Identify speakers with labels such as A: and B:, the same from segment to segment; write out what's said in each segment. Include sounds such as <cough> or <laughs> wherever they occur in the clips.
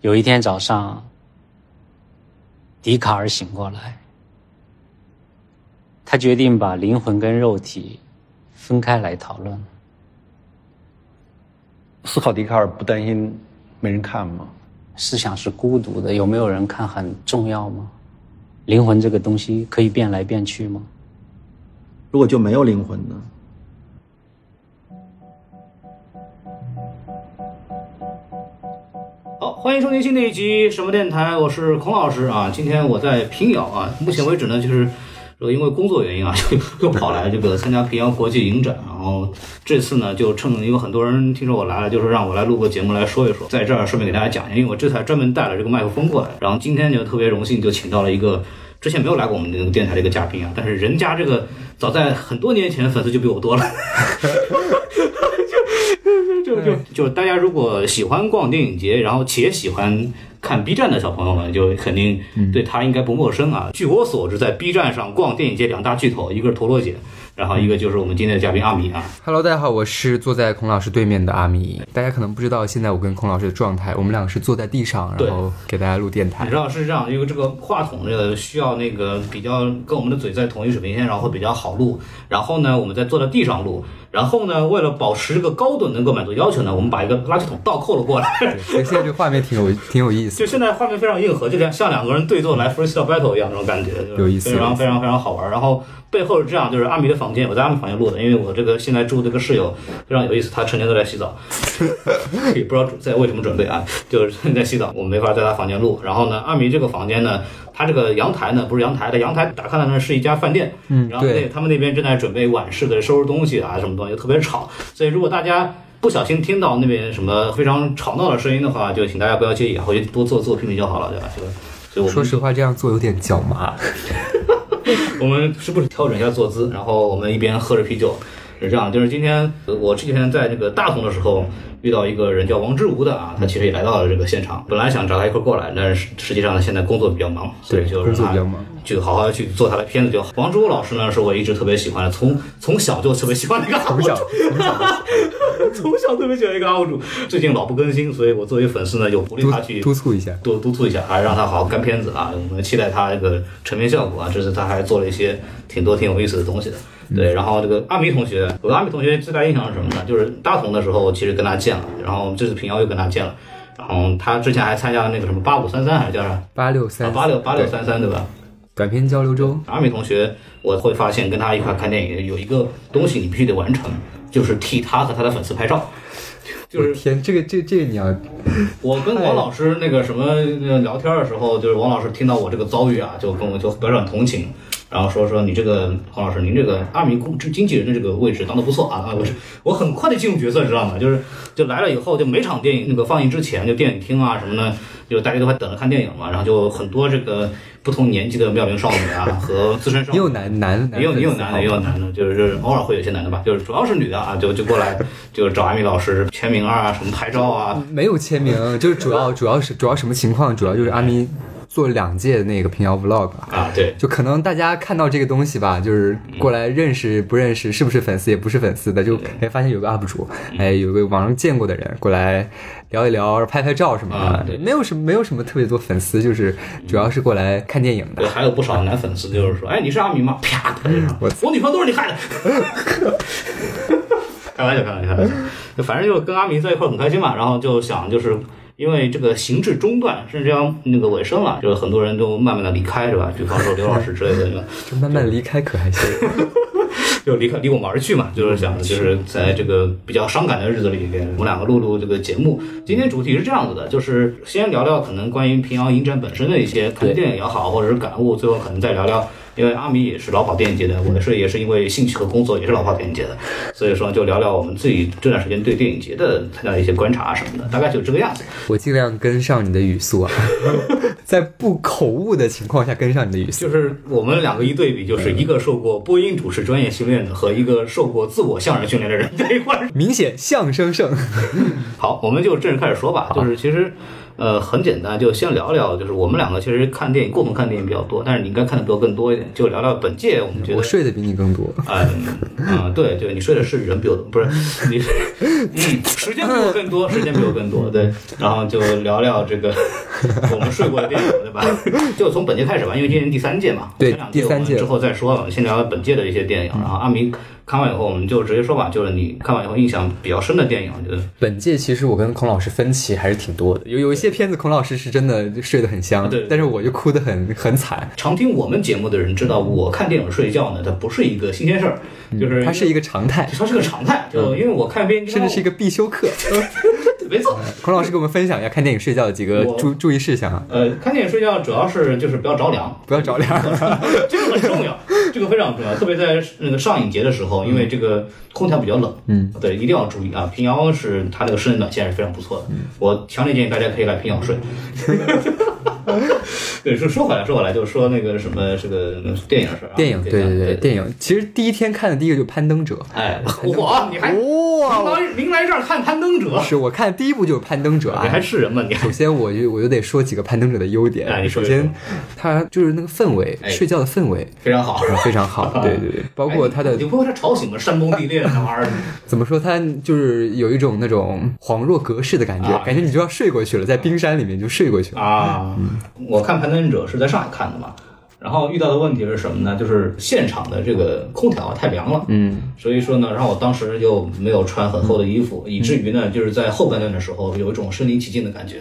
A: 有一天早上，笛卡尔醒过来，他决定把灵魂跟肉体分开来讨论。
B: 思考笛卡尔不担心没人看吗？
A: 思想是孤独的，有没有人看很重要吗？灵魂这个东西可以变来变去吗？
C: 如果就没有灵魂呢？
D: 好，欢迎收听新的一集什么电台，我是孔老师啊。今天我在平遥啊，目前为止呢，就是呃因为工作原因啊， <laughs> 就又跑来这个参加平遥国际影展。然后这次呢，就趁因为很多人听说我来了，就是让我来录个节目来说一说，在这儿顺便给大家讲一下，因为我这才专门带了这个麦克风过来。然后今天就特别荣幸，就请到了一个之前没有来过我们这个电台的一个嘉宾啊，但是人家这个早在很多年前粉丝就比我多了。就就就是大家如果喜欢逛电影节，然后且喜欢看 B 站的小朋友们，就肯定对他应该不陌生啊。据我所知，在 B 站上逛电影节两大巨头，一个是陀螺姐，然后一个就是我们今天的嘉宾阿米啊。
E: Hello，大家好，我是坐在孔老师对面的阿米。大家可能不知道，现在我跟孔老师的状态，我们两个是坐在地上，
D: 对
E: 然后给大家录电台
D: 你知。道是这样，因为这个话筒这个需要那个比较跟我们的嘴在同一水平线，然后会比较好录。然后呢，我们再坐在地上录。然后呢，为了保持这个高度能够满足要求呢，我们把一个垃圾桶倒扣了过来。 <laughs>
E: 对所以哎现在这个画面挺有挺有意思嗯
D: 就现在画面非常硬核，就像像两个人对坐来 freestyle battle 一样那种感觉，就是
E: 有意思
D: 非
E: 有
D: 常
E: 意思
D: 非常非常好玩。然后背后是这样，就是阿米的房间，我在阿米房间录的，因为我这个现在住这个室友非常有意思，他成天都在洗
E: <laughs>
D: 澡，也不知道在为什么准备啊，就是在洗澡，我没法在他房间录。然后呢，阿米这个房间呢，他这个阳台呢不是阳台的，阳台打开的呢是一家饭店，嗯然后
E: 对
D: 那他们那边正在准备晚市的收拾东西啊，什么东西特别吵，所以如果大家。不小心听到那边什么非常吵闹的声音的话，就请大家不要介意啊，回去多做做批评就好了，对吧？这个，所以我们
E: 说实话，这样做有点脚麻。
D: 啊我们时不时调整一下坐姿，然后我们一边喝着啤酒，是这样。就是今天呃我之前在那个大同的时候遇到一个人叫王之无的啊，他其实也来到了这个现场，本来想找他一块儿过来，但是实际上呢现在工作比较忙，所以
E: 对
D: 就
E: 工
D: 让
E: 作
D: 他
E: 比较忙
D: 去好好去做他的片子就好。王之无老师呢是我一直特别喜欢的，从从小就特别喜欢那个
E: 从小
D: <laughs> 从小特别喜欢一个 UP 主，最近老不更新，所以我作为粉丝呢，就鼓励
E: 督
D: 他去
E: 督促一下，
D: 多督促一下，还让他好好干片子啊！我们期待他这个成片效果啊！这次他还做了一些挺多挺有意思的东西的。
E: 嗯
D: 对，然后这个阿米同学，我跟阿米同学最大印象是什么呢？就是大同的时候，其实跟他见了，然后这次平遥又跟他见了，然后他之前还参加了那个什么八五三三还是叫啥？
E: 八六三
D: 啊八六八六三三对吧？
E: 短片交流中，
D: 阿米同学，我会发现跟他一块看电影有一个东西你必须得完成，就是替他和他的粉丝拍照。就是
E: 我天，这个这这个你要
D: 我跟王老师那个什么呃聊天的时候，就是王老师听到我这个遭遇啊，就跟我就表示很同情，然后说说你这个黄老师，您这个阿米公这经纪人的这个位置当的不错啊，啊我是我很快的进入角色，知道吗？就是就来了以后，就每场电影那个放映之前，就电影厅啊什么的，就大家都还等着看电影嘛，然后就很多这个不同年纪的妙龄少女啊和资深少
E: <laughs> 也
D: 女
E: 有。男男男
D: 也有也有
E: 粉丝
D: 男的，也有男的，就是就是偶尔会有些男的吧，就是主要是女的啊，就就过来就找阿米老师签名啊，什么拍照啊，
E: 没有签名，就是主要主要是主要什么情况？主要就是阿咪做两届那个平遥 vlog 啊
D: 啊，对，
E: 就可能大家看到这个东西吧，就是过来认识不认识，是不是粉丝也不是粉丝的，就哎发现有个 UP 主，哎有个网上见过的人过来聊一聊、拍拍照什么
D: 啊
E: 的
D: 对，
E: 没有什么没有什么特别多粉丝，就是主要是过来看电影
D: 对，
E: 的。
D: 还有不少男粉丝就是说，哎，你是阿米吗？啪，拍上
E: 我
D: 我女朋友都是你害的。开玩笑，开玩笑，开玩笑。就反正就是跟阿明在一块儿很开心嘛，然后就想就是。因为这个行至中段，甚至要那个尾声了，就是很多人都慢慢的离开，是吧？比方说刘老师之类的，对吧
E: 就慢慢离开可还行，
D: 就离开离我们而去嘛，就是想就是在这个比较伤感的日子里给我们两个录录这个节目。今天主题是这样子的，就是先聊聊可能关于平遥影展本身的一些看电影也好，或者是感悟，最后可能再聊聊。因为阿米也是老跑电影节的，我是也是因为兴趣和工作也是老跑电影节的，所以说就聊聊我们自己这段时间对电影节的参加的一些观察什么的，大概就这个样子。
E: <laughs> 我尽量跟上你的语速啊， <laughs> 在不口误的情况下跟上你的语速。
D: 就是我们两个一对比，就是一个受过播音主持专业训练的和一个受过自我相声训练的人在一块儿
E: 明显相声胜，
D: 好，我们就正式开始说吧。就是其实呃，很简单，就先聊聊，就是我们两个其实看电影，共同看电影比较多，但是你应该看的比我更多一点，就聊聊本届我们觉得
E: 我睡得比你更多。
D: 啊啊，对对，你睡的是人比我 <laughs> 多，不是你，嗯，时间比我更多，时间比我更多，对，然后就聊聊这个 <laughs> 我们睡过的电影，对吧？ <laughs> 就从本届开始吧，因为今年第三届嘛，
E: 对
D: 前两届
E: 第三届
D: 我们之后再说吧，先聊聊本届的一些电影，然后阿明看完以后，我们就直接说吧，就是你看完以后印象比较深的电影，就是
E: 本届其实我跟孔老师分歧还是挺多的，有有一些片子孔老师是真的睡得很香，
D: 对
E: 但是我就哭得很很惨。
D: 常听我们节目的人知道，我看电影睡觉呢，它不是一个新鲜事儿，就是
E: 嗯
D: 哎
E: 它是一个常态，
D: 它是个常态，就因为我看电影，
E: 甚至是一个嗯必修课。 <laughs>
D: 没错，
E: 孔老师给我们分享一下看电影睡觉的几个
D: 我
E: 注注意事项啊，
D: 呃，看电影睡觉主要是 <laughs> 就是不要着凉，
E: 不要着凉。
D: <laughs> 这个很重
E: <laughs>
D: 要，这个非常重要，特别在那个上影节的时
E: 嗯
D: 候，因为这个空调比较冷，嗯，对，一定要注意啊。平遥是它这个室内暖气还是非常不错的，
E: 嗯
D: 我强烈建议大家可以来平遥
E: <laughs>
D: 睡。对，说说回来，说回来，就说那个什么这个电影是吧？
E: 电影，对对对，
D: 对，
E: 电影。其实第一天看的第一个就是《攀登者
D: 哎，我你还哦明
E: 哇，
D: 来明来这儿看《攀登者》，
E: 是我看第一部就是《攀登者》
D: 你还
E: 啊。
D: 是人吗？你还
E: 首先，我就我就得说几个《攀登者》的优点。
D: 哎你说
E: 首
D: 一
E: 先
D: 说，
E: 它就是那个氛围，
D: 哎
E: 睡觉的氛围
D: <laughs> 非常好。
E: 啊非常好。对对对，包括
D: <laughs>
E: 它
D: 哎
E: 的
D: 你你不会是吵醒了山崩地裂那玩意儿？
E: 怎么说，它就是有一种那种恍若隔世的感觉
D: 啊，
E: 感觉你就要睡过去了，在冰山里面就睡过去了。
D: 啊，我看《攀登者》是在上海看的嘛，然后遇到的问题是什么呢？就是现场的这个空调啊太凉了，嗯，所以说呢，然后我当时又没有穿很厚的衣服，以至于呢，就是在后半段的时候有一种身临其境的感觉。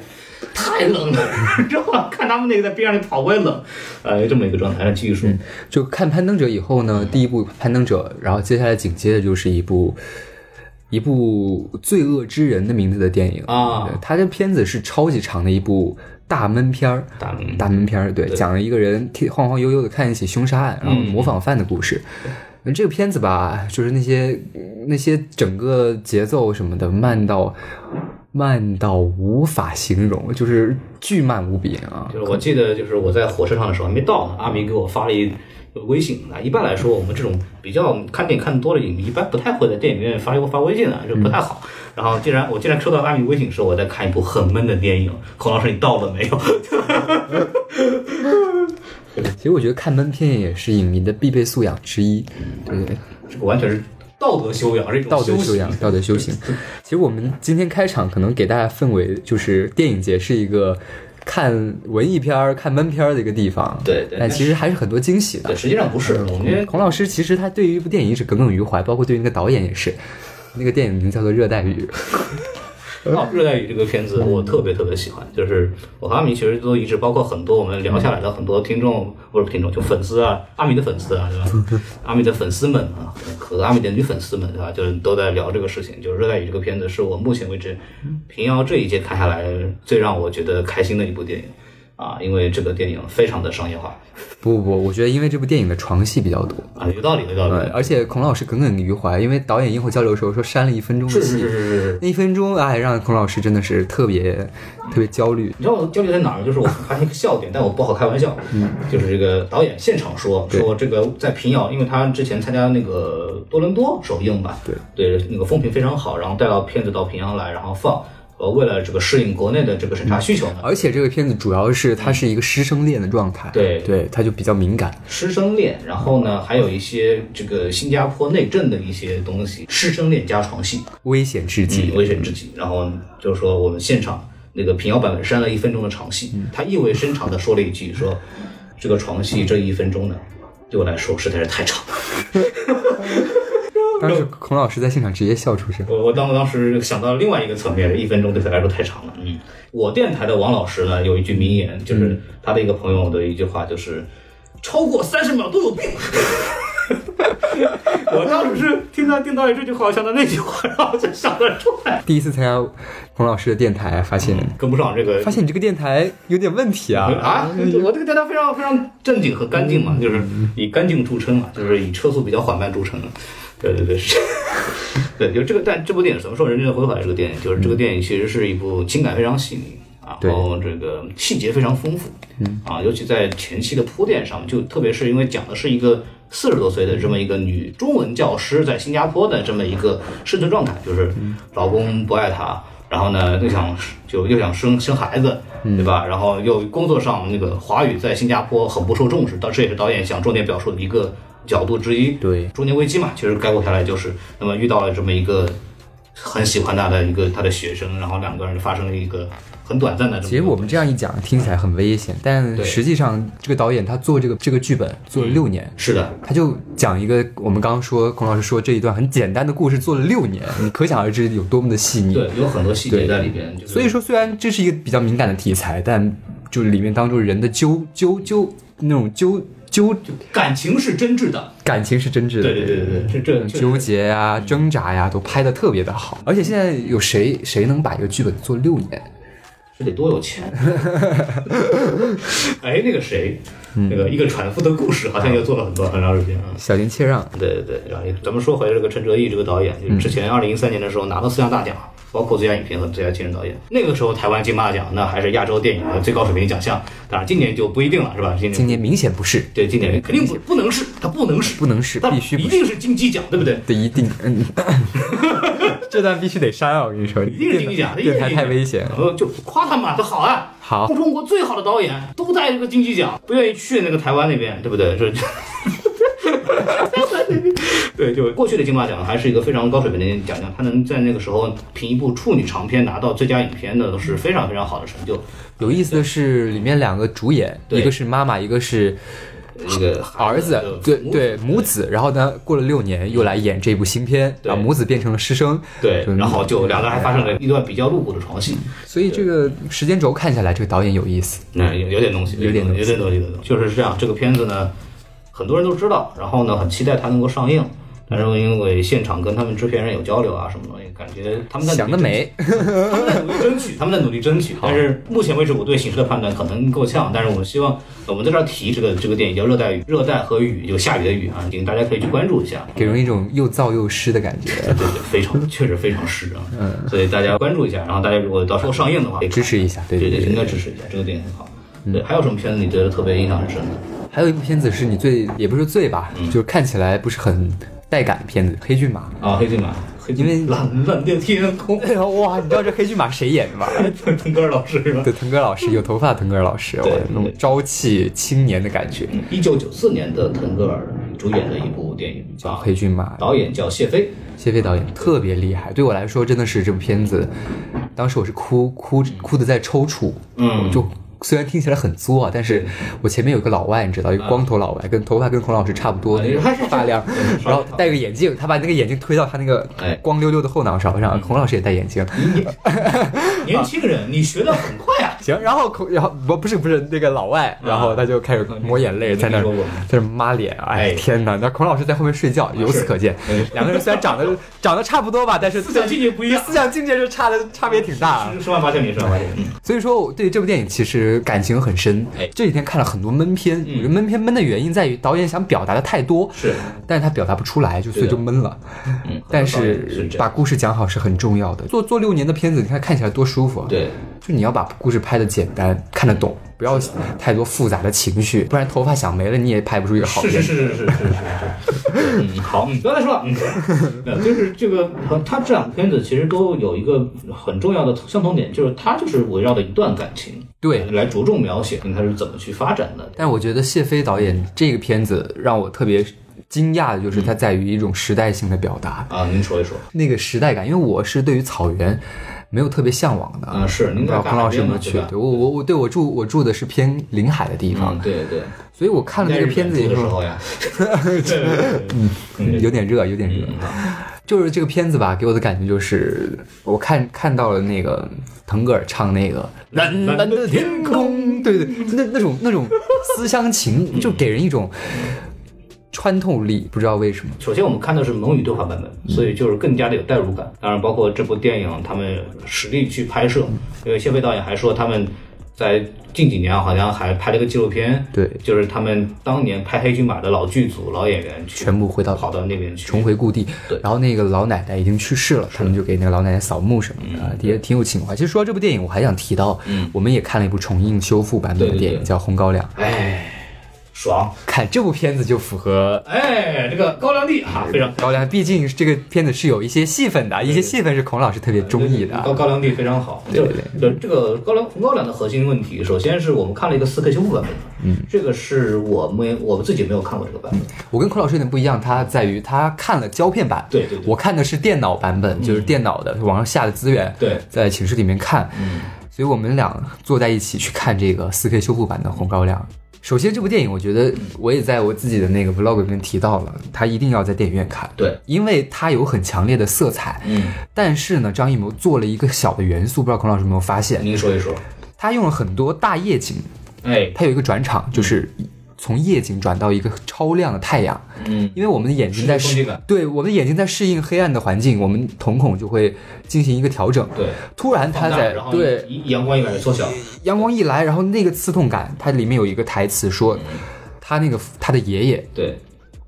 D: 太冷了， <laughs> 你知道吗？看他们那个在边上那跑，我也冷，呃，这么一个状态。然后继续说，
E: 就看《攀登者》以后呢，第一部《攀登者》，然后接下来紧接着就是一部一部《罪恶之人》的名字的电影
D: 啊
E: 对它这片子是超级长的一部大闷片儿，
D: 大明
E: 大闷片儿，对，嗯讲了一个人替晃晃悠悠的看一起凶杀案，然后模仿犯的故事。嗯这个片子吧，就是那些那些整个节奏什么的慢到慢到无法形容，就是巨慢无比啊！
D: 就是我记得，就是我在火车上的时候还没到呢，阿明给我发了一微信啊。一般来说，我们这种比较看电影看多的影迷，一般不太会在电影院发发微信的，啊就不太好。然后，竟然我竟然收到阿明微信说我在看一部很闷的电影，孔老师你到了没有？ <laughs>
E: 其实我觉得看闷片也是影迷的必备素养之一，对
D: 嗯
E: 对，
D: 这个完全是道德修养，是一种
E: 道德修
D: 修
E: 养，道德修行。其实我们今天开场可能给大家氛围就是电影节是一个看文艺片儿、看闷片儿的一个地方，
D: 对对
E: 但其实还是很多惊喜的
D: 对，。实际上不是，我们
E: 孔老师其实他对于一部电影一直耿耿于怀，包括对于那个导演也是。那个电影名叫做《热带雨
D: 哦，《热带雨》这个片子我特别特别喜欢，就是我和阿米其实都一直，包括很多我们聊下来的很多听众，不是听众，就粉丝啊，阿米的粉丝啊，对吧？阿米的粉丝们啊，和阿米的女粉丝们，对吧？就是都在聊这个事情。就是《热带雨》这个片子是我目前为止平遥这一届看下来最让我觉得开心的一部电影啊，因为这个电影非常的商业化》。
E: 不不不，我觉得因为这部电影的床戏比较多，
D: 啊，有道理，有道
E: 呃
D: 理，，
E: 而且孔老师耿耿于怀，因为导演映后交流的时候说删了一分钟的
D: 是
E: 戏，
D: 是是是是。
E: 那一分钟，哎，让孔老师真的是特别特别焦虑。
D: 你知道我焦虑在哪儿吗？就是我发现一个笑点，但我不好开玩笑。就是这个导演现场说说这个在平遥，因为他之前参加那个多伦多首映吧，对那个风评非常好，然后带到片子到平遥来，然后放。呃，为了这个适应国内的这个审查需求呢，
E: 而且这个片子主要是它是一个师生恋的状态，
D: 对
E: 对，它就比较敏感。
D: 师生恋，然后呢，还有一些这个新加坡内政的一些东西，师生恋加床戏，
E: 危险至极。
D: 嗯危险至极。然后就是说我们现场那个平遥版本删了一分钟的床戏，他意味深长的说了一句说，这个床戏这一分钟呢，对我来说实在是太长了。
E: 当时
D: 嗯
E: 孔老师在现场直接笑出声。
D: <laughs> 我我当我当时想到另外一个层面，一分钟对他来说太长了。嗯，我电台的王老师呢有一句名言，就是他的一个朋友的一句话，就是超过三十秒都有病。 <laughs> 我当时是听到听到这句话，我想到那句话，然后就想得出来，
E: 第一次参加孔老师的电台，发现、
D: 跟不上这个
E: 发现你这个电台有点问题 <laughs> 啊。
D: <laughs> 啊！我这个电台非常非常正经和干净嘛，就是以干净著称嘛，就是以车速比较缓慢著称。对对对，是， <laughs> 对，就这个，但这部电影怎么说？人家回来这个电影，就是这个电影其实是一部情感非常细腻，啊然后这个细节非常丰富，啊，尤其在前期的铺垫上，就特别是因为讲的是一个四十多岁的这么一个女中文教师在新加坡的这么一个生存状态，就是老公不爱她。然后呢又想就又想生生孩子，对吧？然后又工作上那个华语在新加坡很不受重视，到这也是导演想重点表述的一个角度之一。
E: 对
D: 中年危机嘛，其实概括下来就是，那么遇到了这么一个很喜欢他的一个他的学生，然后两个人发生了一个很短暂的这么一个。
E: 其实我们这样一讲，听起来很危险，但
D: 对嗯
E: 实际上这个导演他做这个这个剧本做了六年，
D: 是的，
E: 他就讲一个我们刚刚说孔老师说这一段很简单的故事做了六年，你可想而知有多么的细腻。
D: 对，有很多细节在里边。就是
E: 嗯所以说，虽然这是一个比较敏感的题材，但就是里面当中人的纠纠纠那种纠纠
D: 感情是真挚的，
E: 感情是真挚的。
D: 对对对对对，这这
E: 嗯
D: 这
E: 纠结呀、挣扎呀、都拍的特别的好，而且现在有谁谁能把一个剧本做六年？
D: 这得多有
E: <laughs>
D: 钱！哎，那个谁，
E: 嗯
D: 那个一个船夫的故事，好像也做了很多很长时间啊。
E: 小林切让，
D: 对对对，然后咱们说回这个陈哲艺这个导演，就是之
E: 嗯
D: 前二零一三年的时候拿到四项大奖，包括最佳影片和最佳新人导演。那个时候台湾金马奖那还是亚洲电影的最高水平奖项，当然今年就不一定了，是吧？今年
E: 今年明显不是，
D: 对今年肯定不不能是，它不能是，
E: 不能是
D: 它
E: 必须不
D: 一
E: 是
D: 定是金鸡奖，对不对？
E: 对，一定，
D: <laughs>
E: 嗯，这段必须得删啊！我跟你说，
D: 一定是金鸡奖，一定
E: 电
D: 是嗯
E: 台
D: 金鸡奖
E: 太危险
D: 然
E: 了。
D: 后就夸他嘛，他好啊，
E: 好
D: 中国最好的导演都在这个金鸡奖，不愿意去那个台湾那边，对不 <laughs> 对？这。对，就过去的金马奖还是一个非常高水平的奖项，他能在那个时候凭一部处女长片拿到最佳影片的，都是非常非常好的成就。
E: 有意思的是，里面两个主演，
D: 对
E: 一个是妈妈，一个是
D: 呃那个呃
E: 儿子，对对母子。然后呢，过了六年又来演这部新片，
D: 对
E: 把母子变成了师生。
D: 对
E: 就，
D: 然后就两个人还发生了一段比较露骨的床戏，
E: 所以这个时间轴看下来，这个导演有意思。
D: 那哎有有点东西，
E: 嗯有点
D: 东
E: 东
D: 西，
E: 西
D: 有点东西的，就是这样。这个片子呢，很多人都知道，然后呢，很期待它能够上映。但是因为现场跟他们制片人有交流啊什么的，也感觉他们在努力
E: 想得美，
D: 他们在努力争取，他们在努力争取。 <laughs> 但是目前为止，我对形势的判断可能够呛。但是我希望我们在这儿提这个这个电影叫《热带雨》，热带和雨有下雨的雨啊，请大家可以去关注一下。
E: 给人一种又燥又湿的感觉，
D: 对对，非常确实非常湿啊，所以大家关注一下。然后大家如果到时候上映的话，
E: 嗯也支持一下。对
D: 对
E: 对
D: 对，应
E: 对。
D: 该支持一下，这个电影很好。对，还有什么片子你觉得特别印象很深的？
E: 还有一部片子是你最也不是最吧，就是看起来不是很带感的片子，《黑骏马》。
D: 啊，黑骏马，黑骏
E: 因为
D: 蓝蓝的天空， <laughs>
E: 哎呦 <laughs> 哇！你知道这黑骏马谁演的吗？
D: 腾格尔老师是吧？
E: <laughs> 对，腾格尔老师有头发，腾格尔老师，哇
D: 对，
E: 那种朝气青年的感觉。
D: 一九九四年的腾格尔主演的一部电影叫
E: 黑骏马，
D: 导演叫谢飞。
E: 谢飞导演特别厉害，对我来说真的是这部片子，当时我是哭哭哭的在抽搐，
D: 嗯
E: 就。虽然听起来很作啊，但是我前面有个老外，你知道，一个光头老外，跟头发跟孔老师差不多，
D: 嗯啊
E: 那个发量，然后戴个眼镜，他把那个眼镜推到他那个
D: 哎嗯
E: 光溜溜的后脑勺上，孔老师也戴眼镜，
D: 年轻人，你学的很快 <laughs> 啊！
E: 行，然后口，然后不不是不是那个老外，然后他就开始抹眼泪，在那儿
D: 啊你说过
E: 在那儿抹脸，
D: 哎啊
E: 哎天哪！那孔老师在后面睡觉，由此可见，两个人虽然长得长得差不多吧，但是
D: 思想境界不一样
E: 思想境界就差的差别挺大。
D: <laughs>
E: 啊
D: 十万八千里，十万八千里。
E: <laughs> 所以说，我对这部电影其实感情很深
D: 哎。嗯
E: 这几天看了很多闷片，我觉得闷片闷的原因在于导演想表达的太多，
D: 是，
E: 但是他表达不出来，就所以
D: 对的
E: 就闷了。
D: 嗯
E: 但
D: 是
E: 是
D: 这
E: 把
D: 样。
E: 故事讲好是很重要的。做做六年的片子，你看看起来多舒服啊！
D: 对，
E: 就你要把故事拍的简单，看得懂，不要太多复杂的情绪，不然头发想没了你也拍不出一个好
D: 是
E: 片。
D: 是是是是是是。 <laughs> 嗯，好，嗯，不要再说了。嗯， <laughs> 呃就是这个，呃他这两部片子其实都有一个很重要的相同点，就是他就是围绕着一段感情，
E: 对
D: 来着重描写它是怎么去发展的。
E: 但我觉得谢飞导演这个片子让我特别惊讶的
D: 嗯
E: 就是它在于一种时代性的表达，
D: 啊，您说一说。
E: 那个时代感，因为我是对于草原没有特别向往的。
D: 啊，是
E: 不
D: 您
E: 知
D: 在
E: 道
D: 大
E: 孔
D: 海
E: 老师有
D: 边嘛，
E: 没有去？
D: 吧
E: 对？我我我对我住我住的是偏临海的地方
D: 嗯，，对对。
E: 所以我看了
D: 在
E: 那
D: 日
E: 个
D: 本
E: 片子
D: 住
E: 以
D: 的时
E: 后，
D: 候呀，对对对
E: 嗯有点热，有点热。啊就是这个片子吧，给我的感觉就是，我看看到了那个腾格尔唱那个蓝蓝的天空，对对，那那种那种思乡情，就给人一种穿透力，不知道为什么。
D: 首先我们看的是蒙语对话版本，所以就是更加的有代入感。当然，包括这部电影他们实地去拍摄，因为谢飞导演还说他们在近几年好像还拍了个纪录片，
E: 对
D: 就是他们当年拍《黑骏马》的老剧组、老演员去
E: 全部回到
D: 跑到那边去，
E: 重回故地。然后那个老奶奶已经去世了，他们就给那个老奶奶扫墓什么的，
D: 嗯
E: 也挺有情怀。其实说到这部电影，我还想提到，我们也看了一部重映修复版本
D: 对
E: 的
D: 嗯对
E: 电
D: 对
E: 影，叫《红高粱》。
D: 哎，爽。
E: 看这部片子就符合
D: 哎，这个高粱地啊，非常
E: 高粱，毕竟这个片子是有一些戏份的，一些戏份是孔老师特别中意的
D: 高
E: 啊。
D: 高粱地非常好。
E: 对
D: 就
E: 对
D: 就这个高粱红高粱的核心问题，首先是我们看了一个四 K 修复版本，嗯，这个是我们我们自己没有看过这个版本，
E: 我跟孔老师有点不一样，他在于他看了胶片版，
D: 对对对嗯
E: 我看的是电脑版本，就是电脑的网上下的资源，
D: 对嗯
E: 在寝室里面看，所以我们俩坐在一起去看这个4 K 修复版的《红高粱》。首先，这部电影我觉得我也在我自己的那个 vlog 里面提到了，它一定要在电影院看，
D: 对，
E: 因为它有很强烈的色彩。
D: 嗯，
E: 但是呢，张艺谋做了一个小的元素，不知道孔老师有没有发现，
D: 您说一说，
E: 他用了很多大夜景，
D: 哎，
E: 它有一个转场，就是从夜景转到一个超亮的太阳，
D: 嗯，
E: 因为我们的眼睛在
D: 视觉冲击
E: 适
D: 感，
E: 对我们的眼睛在适应黑暗的环境，我们瞳孔就会进行一个调整。
D: 对，
E: 突然它
D: 放大
E: 在
D: 然后
E: 对
D: 一一阳光一把它缩小，
E: 阳光一来，然后那个刺痛感，它里面有一个台词
D: 嗯
E: 说，他那个他的爷爷
D: 对，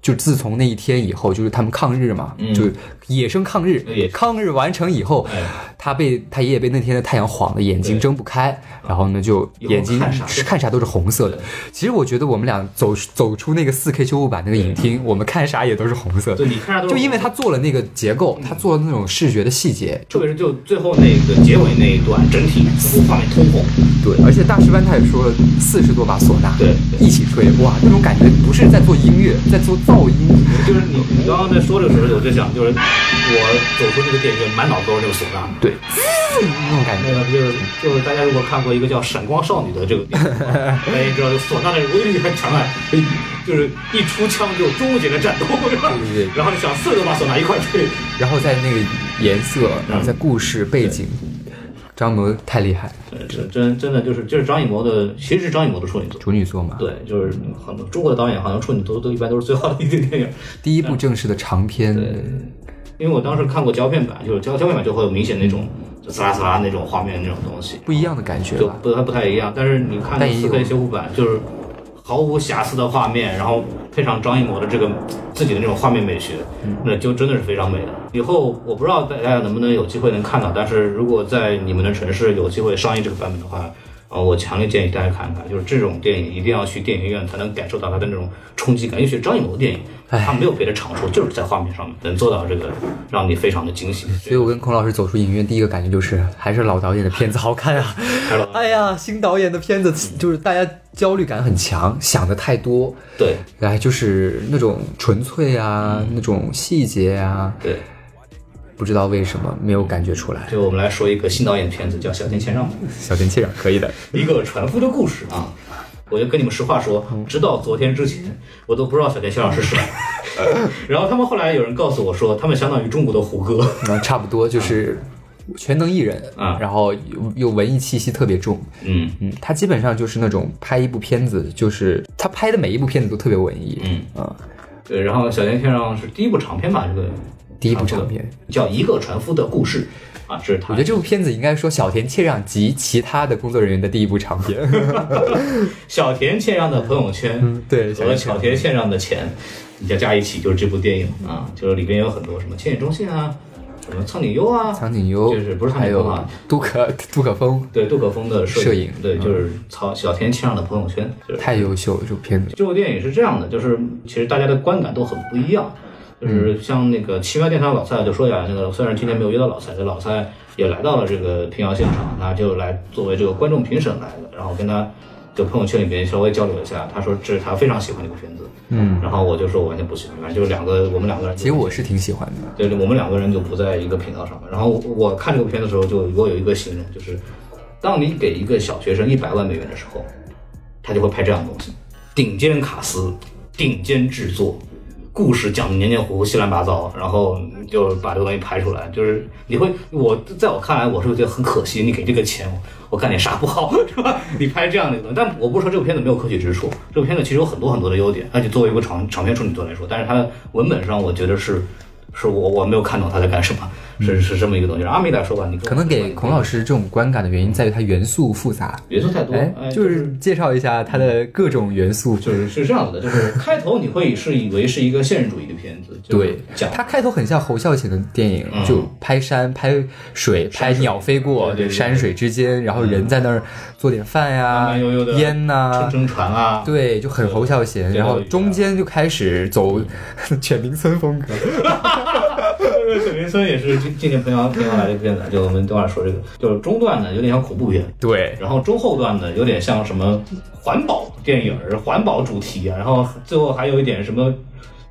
E: 就自从那一天以后，就是他们抗日嘛，
D: 嗯
E: 就是野生抗日
D: 对，
E: 抗日完成以后，
D: 哎
E: 他被他爷爷被那天的太阳晃的眼睛
D: 对
E: 睁不开，然后呢就
D: 以后
E: 眼睛
D: 看啥都
E: 是看啥都是红色的
D: 对。
E: 其实我觉得我们俩走走出那个四 K 修复版那个影厅，我们看啥也都是红色的
D: 对，，你看啥都是嗯
E: 就因为他做了那个结构，他做了那种视觉的细节，
D: 特别是就最后那个结尾那一段，整体似乎画面通红，
E: 对，而且大师班他也说了，四十多把唢呐
D: 对
E: 一起吹，哇，那种感觉不是在做音乐，在做噪音。
D: 就是你你刚刚在说这个时候，我就想，就是我走出这个电影院，满脑子都是这个唢呐。
E: 对，那种感
D: 那
E: 觉。
D: 个就是就是大家如果看过一个叫《闪光少女》的这个电 <laughs> 影，大家也知道这唢呐这个威力很强啊，就是一出枪就终结了战斗，是吧
E: 对对对
D: 然后你想四个把唢呐一块吹，
E: 然后在那个颜色，然后在故事背景，张艺谋太厉害，
D: 对呃这真真的就是就是张艺谋的，其实是张艺谋的处女作。
E: 处女座嘛。，
D: 对，就是很多中国的导演好像处女作都一般都是最好的一部电影，
E: 第一部正式的长篇，
D: 因为我当时看过胶片版，就是胶胶片版就会有明显那种就呲啦呲啦那种画面那种东西，
E: 不一样的感觉
D: 就
E: 吧。
D: 不太不太一样。但是你看
E: 但也
D: 四
E: 有
D: K 修复版，就是毫无瑕疵的画面，然后配上张艺谋的这个自己的那种画面美学，
E: 嗯
D: 那就真的是非常美的。以后我不知道大家能不能有机会能看到，但是如果在你们的城市有机会上映这个版本的话。啊，我强烈建议大家看看，就是这种电影一定要去电影院才能感受到它的那种冲击感。尤其是张艺谋的电影，
E: 哎
D: 他没有别的长处，就是在画面上面能做到这个让你非常的惊喜。
E: 所以我跟孔老师走出影院，第一个感觉就是 <laughs> 还是老导演的片子好看啊！ <laughs> 哎呀，新导演的片子就是大家焦虑感很强，想的太多，
D: 对
E: 哎，就是那种纯粹啊，那种细节啊，
D: 对，
E: 不知道为什么没有感觉出来。
D: 就我们来说一个新导演片子，叫《小田切让》。
E: 小田切让可以的，
D: 一个船夫的故事啊。我就跟你们实话说，直到昨天之前，我都不知道小田切让是谁。 <laughs> 然后他们后来有人告诉我说，他们相当于中国的胡歌。
E: 那差不多就是全能艺人
D: 啊
E: 然后又又文艺气息特别重，
D: 嗯，
E: 嗯，他基本上就是那种拍一部片子，就是他拍的每一部片子都特别文艺，
D: 嗯
E: 啊、
D: 对。然后小田切让是第一部长片吧，这个
E: 第一部长片，
D: 叫《一个船夫的故事》啊，这是
E: 我
D: 他
E: 觉得。这部片子应该说小田切让及其他的工作人员的第一部
D: <laughs>
E: 长片，
D: 小田切让的朋友圈，
E: 嗯对小
D: 和
E: 田切
D: 小田切让的钱，你加加一起就是这部电影啊，就是里边有很多什么千野忠信啊，什么苍井优啊，
E: 苍井优，
D: 就是不是苍
E: 还
D: 井优
E: 有
D: 啊，
E: 杜可杜可风，
D: 对杜可风的
E: 摄
D: 摄
E: 影
D: 对，
E: 嗯
D: 就是曹小田切让的朋友圈，就是
E: 太优秀了，这部片子。
D: 这部电影是这样的，就是其实大家的观感都很不一样。
E: 嗯
D: 就是像那个奇妙电台老蔡就说呀，那个虽然今天没有约到老蔡，这老蔡也来到了这个平遥现场，那就来作为这个观众评审来的，然后跟他就朋友圈里面稍微交流一下，他说这是他非常喜欢这个片子，嗯，然后我就说我完全不喜欢，反正就是两个我们两个人就，
E: 其实我是挺喜欢的，
D: 对，我们两个人就不在一个频道上面。然后我我看这个片的时候就，我有一个形容，就是当你给一个小学生一百万美元的时候，他就会拍这样的东西：顶尖卡司、顶尖制作，故事讲的黏黏糊糊、稀烂八糟，然后就把这个东西拍出来。就是你会，我在我看来，我是觉得很可惜，你给这个钱，我干点啥不好，是吧？你拍这样的一个，但我不是说这个片子没有可取之处，这个片子其实有很多很多的优点，而且作为一个长长篇处女作来说，但是它的文本上，我觉得是。是我我没有看懂他在干什么，是是这么一个东西。然后阿米来说吧，你
E: 可能给孔老
D: 师
E: 师这种观感的原因在于它元素复杂。
D: 元素太多，
E: 哎
D: 哎，，
E: 就是介绍一下它的各种元素，
D: 就是是这样子的，就是开头你会是以为是一个现实主义的片片子，就是
E: 对，
D: 讲
E: 它开头很像侯孝贤的电影，就拍山、拍水、拍鸟飞过，
D: 嗯对对对嗯
E: 山水之间，然后人在那儿做点饭
D: 慢
E: 呀、
D: 慢悠悠的
E: 烟呐、
D: 乘乘船啊，
E: 对，就很侯孝贤。
D: 对
E: 然后中间就开始走 <laughs> 全民村风格，
D: 对，民村也是今今年平遥平遥来的片子，就我们等会儿说这个，就是中段呢有点像恐怖片， <laughs>
E: 对，
D: 然后中后段呢有点像什么环保电影儿、环保主题啊，然后最后还有一点什么。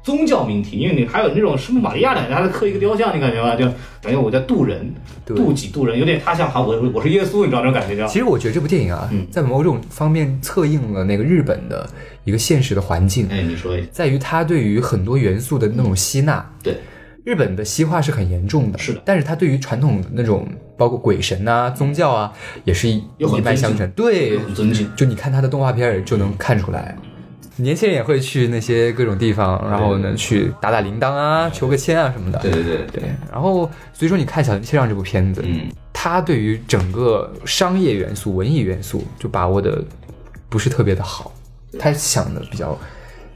D: 宗教命题，因为你还有那种圣母玛利亚奶奶的刻一个雕像，你感觉吧，就感觉我在渡人，
E: 对
D: 渡己渡人，有点他像韩我我是耶稣，你知道那种感觉吗？
E: 其实我觉得这部电影啊，
D: 嗯
E: 在某种方面侧应了那个日本的一个现实的环境，
D: 哎，你说一下，
E: 在于它对于很多元素的那种吸纳。
D: 对，
E: 日本的西化是很严重的，
D: 是的
E: 但是它对于传统的那种包括鬼神啊、宗教啊，也是一
D: 有很
E: 脉相
D: 尊
E: 承。对，
D: 很尊敬。
E: 就你看他的动画片儿就能看出来。年轻人也会去那些各种地方，然后呢去打打铃铛啊、求个签啊什么的。
D: 对对对
E: 对，然后所以说你看《小林切让》这部片子，
D: 嗯，
E: 他对于整个商业元素、文艺元素就把握的不是特别的好，他想的比较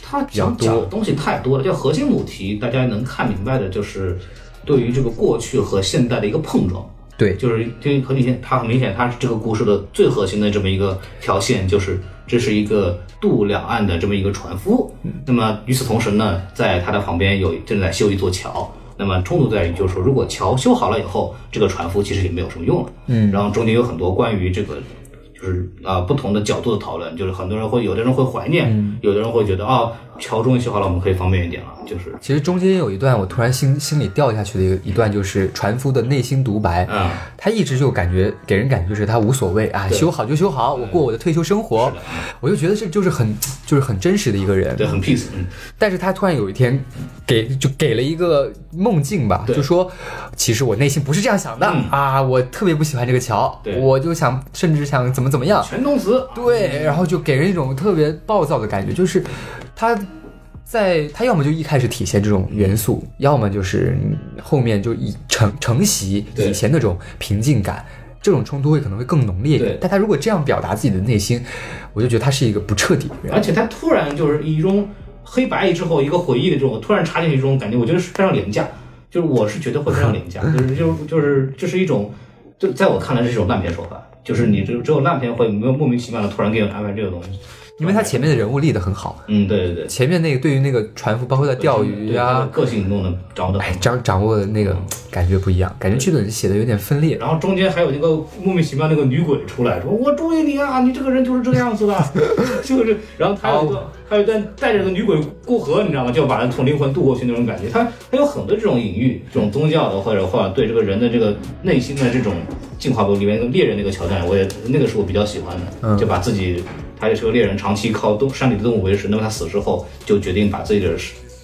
D: 他讲
E: 比较
D: 讲
E: 多
D: 的东西太多了，就核心母题，大家能看明白的就是对于这个过去和现代的一个碰撞。
E: 对，
D: 就是对很明显，它很明显，它是这个故事的最核心的这么一个条线，就是这是一个渡两岸的这么一个船夫。那么与此同时呢，在他的旁边有正在修一座桥。那么冲突在于，就是说，如果桥修好了以后，这个船夫其实也没有什么用了。嗯，然后中间有很多关于这个。就是啊、不同的角度的讨论，就是很多人会，有的人会怀念，有的人会觉得啊，桥终于修好了，我们可以方便一点了。就是，
E: 其实中间有一段我突然心心里掉下去的一个一段，就是船夫的内心独白。
D: 嗯，
E: 他一直就感觉给人感觉就是他无所谓啊，修好就修好，我过我的退休生活。我就觉得这就是很就是很真实的一个人。
D: 对，很 peace，嗯，
E: 但是他突然有一天给就给了一个梦境吧，
D: 对
E: 就说其实我内心不是这样想的、
D: 嗯
E: 啊，我特别不喜欢这个桥
D: 对，
E: 我就想甚至想怎么怎么样。
D: 全动词，
E: 对，然后就给人一种特别暴躁的感
D: 嗯
E: 觉，就是他在他要么就一开始体现这种元素，要么就是后面就以承承袭
D: 对
E: 以前那种平静感。这种冲突会可能会更浓烈一点
D: 对，
E: 但他如果这样表达自己的内心，我就觉得他是一个不彻底的
D: 而
E: 人。
D: 且他突然就是以一种黑白之后一个回忆的这种，突然插进去这种感觉，我觉得是非常廉价。就是我是觉得会非常廉价，就是就是就是这是一种，就在我看来是一种烂片手法。就是你只有只有烂片会没有莫名其妙的突然给你安排这个东西。
E: 因为他前面的人物立得很好，
D: 嗯，对对对，
E: 前面那个对于那个船夫，包括在钓鱼
D: 对他的
E: 啊，
D: 个性弄得着的。
E: 哎，掌掌握的那个感觉不一样，感觉剧本写的有点分裂。
D: 然后中间还有那个莫名其妙那个女鬼出来说：“我注意你啊，你这个人就是这个样子的， <laughs> 就是。”然后他有一段，还有一段带着那个女鬼过河，你知道吗？就把人从灵魂渡过去那种感觉。他他有很多这种隐喻，这种宗教的或者或者对这个人的这个内心的这种进化部里面那个猎人那个桥段，我也那个是我比较喜欢的，就把自己。他也是个猎人，长期靠动山里的动物为食。那么他死之后，就决定把自己的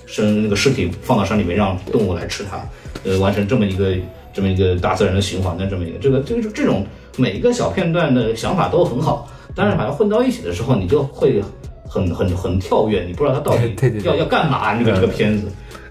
D: 身那个尸体放到山里面，让动物来吃它，呃，完成这么一个这么一个大自然的循环的这么一个这个这个这种每一个小片段的想法都很好，但是把它混到一起的时候，你就会很很很跳跃，你不知道它到底
E: 对对对
D: 要要干嘛？那个这个片子，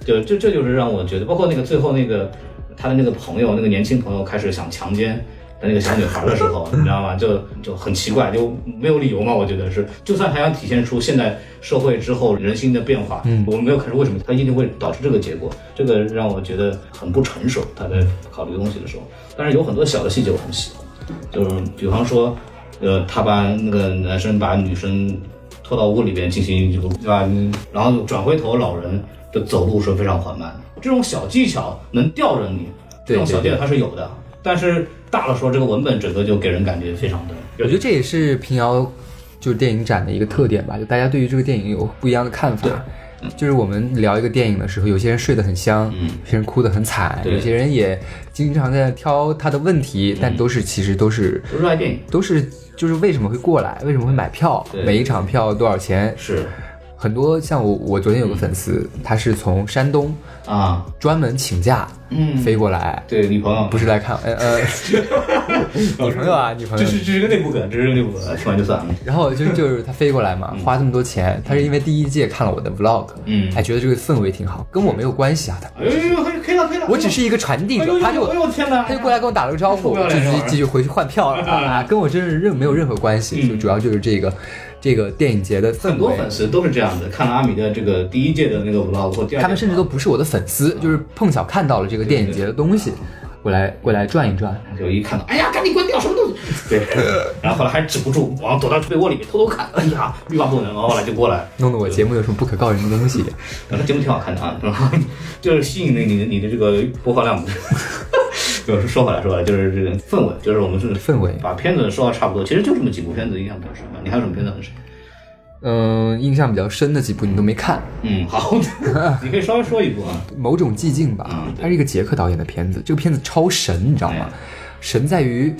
D: 就这这就是让我觉得，包括那个最后那个他的那个朋友，那个年轻朋友开始想强奸。那个小女孩的时候，你知道吗？就就很奇怪，就没有理由嘛。我觉得是，就算他想体现出现代社会之后人心的变化，嗯，我们没有看出为什么他一定会导致这个结果，这个让我觉得很不成熟。他在考虑东西的时候，但是有很多小的细节我很喜欢，就是比方说，呃，他把那个男生把女生拖到屋里边进行这个，对吧？嗯然后转回头，老人的走路是非常缓慢的，这种小技巧能吊着你，这种小技巧它是有的，但是大了说，这个文本整个就给人感觉非常的，
E: 我觉得这也是平遥就是电影展的一个特点吧，就大家对于这个电影有不一样的看法。就是我们聊一个电影的时候，有些人睡得很香，有些人哭得很惨，
D: 嗯对嗯
E: 有些人也经常在挑他的问题，但都是其实都是
D: 热爱电影
E: 都是就是为什么会过来，为什么会买票
D: 对，
E: 每一场票多少钱？
D: 是
E: 很多像我，我昨天有个粉丝，
D: 嗯
E: 他是从山东
D: 啊，
E: 专门请假
D: 嗯，
E: 飞过来，
D: 对女朋友
E: 不是来看
D: <laughs>
E: 呃呃女朋友啊女朋
D: 这
E: 友，
D: 是这是个内部梗，这是个内部
E: <laughs>
D: 梗，听完就算了。
E: 然后就就是他飞过来嘛，花这么多钱，他是因为第一届看了我的 vlog，
D: 嗯
E: 还觉得这个氛围挺好，跟我没有关系啊，他
D: 哎呦，还可以了，可以了。
E: 我只是一个传递
D: 哎呦
E: 者，
D: 哎呦
E: 他就
D: 哎呦我天哪
E: 他就过来跟我打了个招
D: 受
E: 呼，
D: 不了
E: 我
D: 了
E: 就
D: 这
E: 直
D: 玩
E: 接
D: 意儿
E: 继续回去换票了啊，跟我真是任没有任何关系，
D: 嗯
E: 就主要就是这个这个电影节的
D: 很
E: 氛
D: 多
E: 围。
D: 粉丝都是这样的，看了阿米的这个第一届的那个 vlog 或第二届的 vlog，
E: 他们甚至都不是我的粉丝，
D: 啊
E: 就是碰巧看到了这个电影节的东西，过来过来转一转。
D: 就一看到，哎呀，赶紧关掉，什么东西？ <laughs> 对，然后后来还止不住，然后躲到被窝里面偷偷看，哎呀，欲罢不能，然后后来就过来，
E: 弄得我节目有什么不可告人的东西？
D: 然后节目挺好看的啊，然后 <laughs> 就是吸引了你的你的这个播放量。 <laughs> 就是说回来，说回来，就是这个氛围，就是我们是
E: 氛围
D: 把片子说到差不多，其实就这么几部片子印象比较深吧。你还有什么片子很深？
E: 嗯，印象比较深的几部你都没看，
D: 嗯，好， <laughs> 你可以稍微说一部啊。
E: 《某种寂静》吧
D: 嗯，对
E: 它是一个捷克导演的片子，这个片子超神，你知道吗
D: 哎？
E: 神在于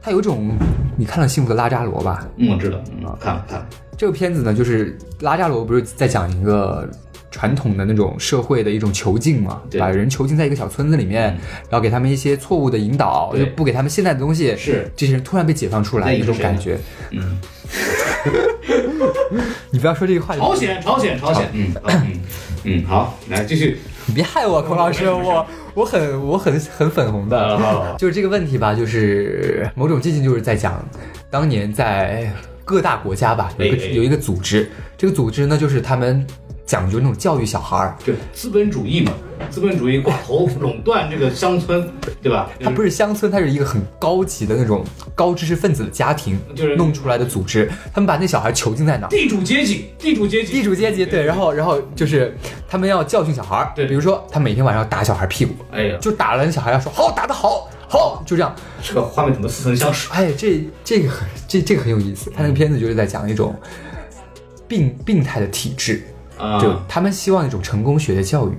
E: 它有种你看了《幸福的拉扎罗》吧？
D: 嗯，我知道，嗯，看了看了，
E: 这个片子呢，就是拉扎罗不是在讲一个传统的那种社会的一种囚禁嘛，
D: 对嗯
E: 把人囚禁在一个小村子里面，然后给他们一些错误的引导，
D: 对
E: 就不给他们现代的东西，
D: 是
E: 这些人突然被解放出来
D: 那你
E: 一
D: 是
E: 种
D: 谁呢
E: 感觉。
D: 嗯，
E: 你不要说这个话，
D: 朝鲜，朝鲜，朝鲜，嗯，好嗯，嗯，好，来继续。
E: 你别害我，孔老师，我我很我很很粉红的。
D: 啊
E: 就是这个问题吧，就是某种寂静，就是在讲当年在各大国家吧，有一个
D: 哎哎
E: 有一个组织，这个组织呢，就是他们讲究那种教育小孩儿，
D: 对，资本主义嘛，资本主义寡头垄断这个乡村，对吧？
E: 它不是乡村，它是一个很高级的那种高知识分子的家庭
D: 就是
E: 弄出来的组织，他们把那小孩囚禁在哪儿？
D: 地主阶级，地主阶级，
E: 地主阶级对，然后然后就是他们要教训小孩儿，
D: 对
E: 比如说他每天晚上打小孩屁股，
D: 哎呀，
E: 就打了小孩要说好打得好好，就这样，
D: 这个画面怎么似曾相识？
E: 哎，这这个很这这个很有意思，他那个片子就是在讲一种病病态的体制，
D: 啊
E: 就他们希望一种成功学的教育，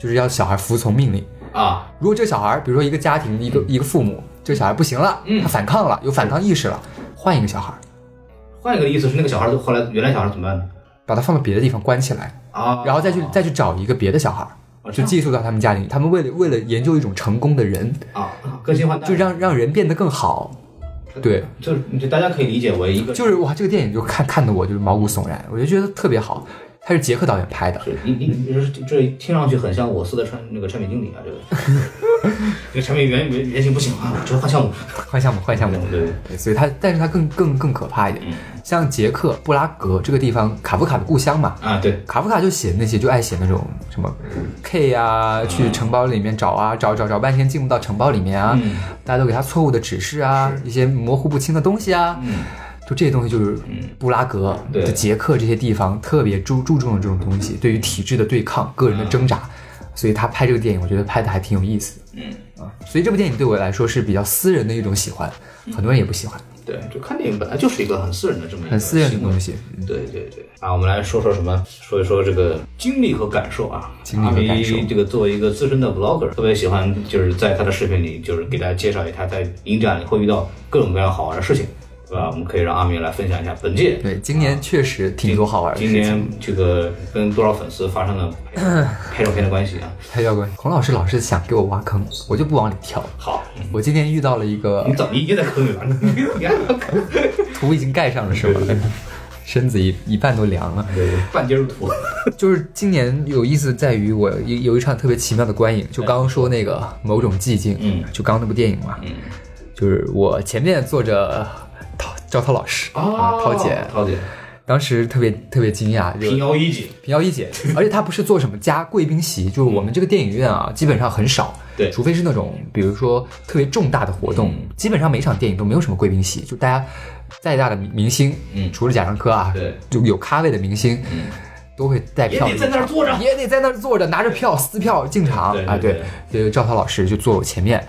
E: 就是要小孩服从命令，
D: 啊，
E: 如果这个小孩儿，比如说一个家庭一个一个父母，这个小孩不行了，
D: 嗯
E: 他反抗了，有反抗意识了，换一个小孩儿，
D: 换一个意思是，那个小孩儿后来原来小孩儿怎么办呢？
E: 把他放到别的地方关起来，
D: 啊，
E: 然后再去再去找一个别的小孩
D: 哦
E: 儿，
D: 这
E: 就
D: 样
E: 寄宿到他们家里。他们为了为了研究一种成功的人，
D: 啊，更新换代，
E: 就让让人变得更好。对，
D: 就是就大家可以理解为一个，
E: 就是哇，这个电影就看看的我就是毛骨悚然，我就觉得特别好。它是捷克导演拍的，
D: 是你你你就是这听上去很像我司的产那个产品经理啊，这个
E: <laughs>
D: 这个产品原原原型不行啊，这换项目，
E: 换项目换项目。
D: 对，嗯
E: 对，所以它，但是它更更更可怕一点。像捷克布拉格这个地方，卡夫卡的故乡嘛，
D: 啊对，
E: 卡夫卡就写那些，就爱写那种什么 K
D: 嗯
E: 啊，去城堡里面找啊，找找找半天进不到城堡里面啊，
D: 嗯
E: 大家都给他错误的指示啊，一些模糊不清的东西啊，就这些东西就是布拉格、
D: 嗯对嗯
E: 就捷克这些地方特别注注重的这种东西，对于体制的对抗、个人的挣扎，所以他拍这个电影，我觉得拍的还挺有意思的。嗯啊，所以这部电影对我来说是比较私人的一种喜欢，
D: 嗯
E: 很多人也不喜欢，
D: 对，就看电影本来就是一个很私人的这么一个
E: 很私人的
D: 行为
E: 东西。
D: 对对对，啊，我们来说说什么？说一说这个经历和感受啊。
E: 经历和感受
D: 阿米这个作为一个资深的 vlogger，特别喜欢就是在他的视频里，就是给大家介绍一下他在影展里会遇到各种各样好玩的事情，对吧？我们可以让阿米来分享一下本届
E: 对，今年确实挺多好玩的事
D: 今
E: 情。
D: 年这个跟多少粉丝发生
E: <laughs>
D: 了拍拍照片的关系啊。
E: 太教官，孔老师老是想给我挖坑，我就不往里跳。
D: 好，
E: 我今天遇到了一个
D: 你怎么一直在坑里边？你还坑？
E: 图已经盖上了是吧？身子一一半都凉了。
D: 对，半截儿土。
E: 啊就是今年有意思在于我有有一场特别奇妙的观影，就刚刚说那个某种寂静，
D: 嗯
E: 就刚刚那部电影嘛，嗯，就是我前面坐着陶赵涛老师
D: 哦
E: 啊，涛姐，
D: 涛姐，
E: 当时特别特别惊讶，就
D: 平遥一姐，
E: 平遥
D: <laughs>
E: 一姐，而且她不是做什么加贵宾席，就是我们这个电影院啊，基本上很少，
D: 嗯对嗯
E: 除非是那种比如说特别重大的活动，基本上每场电影都没有什么贵宾席，就大家再大的明星，
D: 嗯
E: 除了贾樟柯啊，
D: 对，
E: 就有咖位的明星，嗯，都会带票
D: 也得在那儿坐着
E: 也得在那儿坐着，拿着票撕票进场
D: 对对
E: 啊，
D: 对嗯
E: 对，就赵涛老师就坐我前面，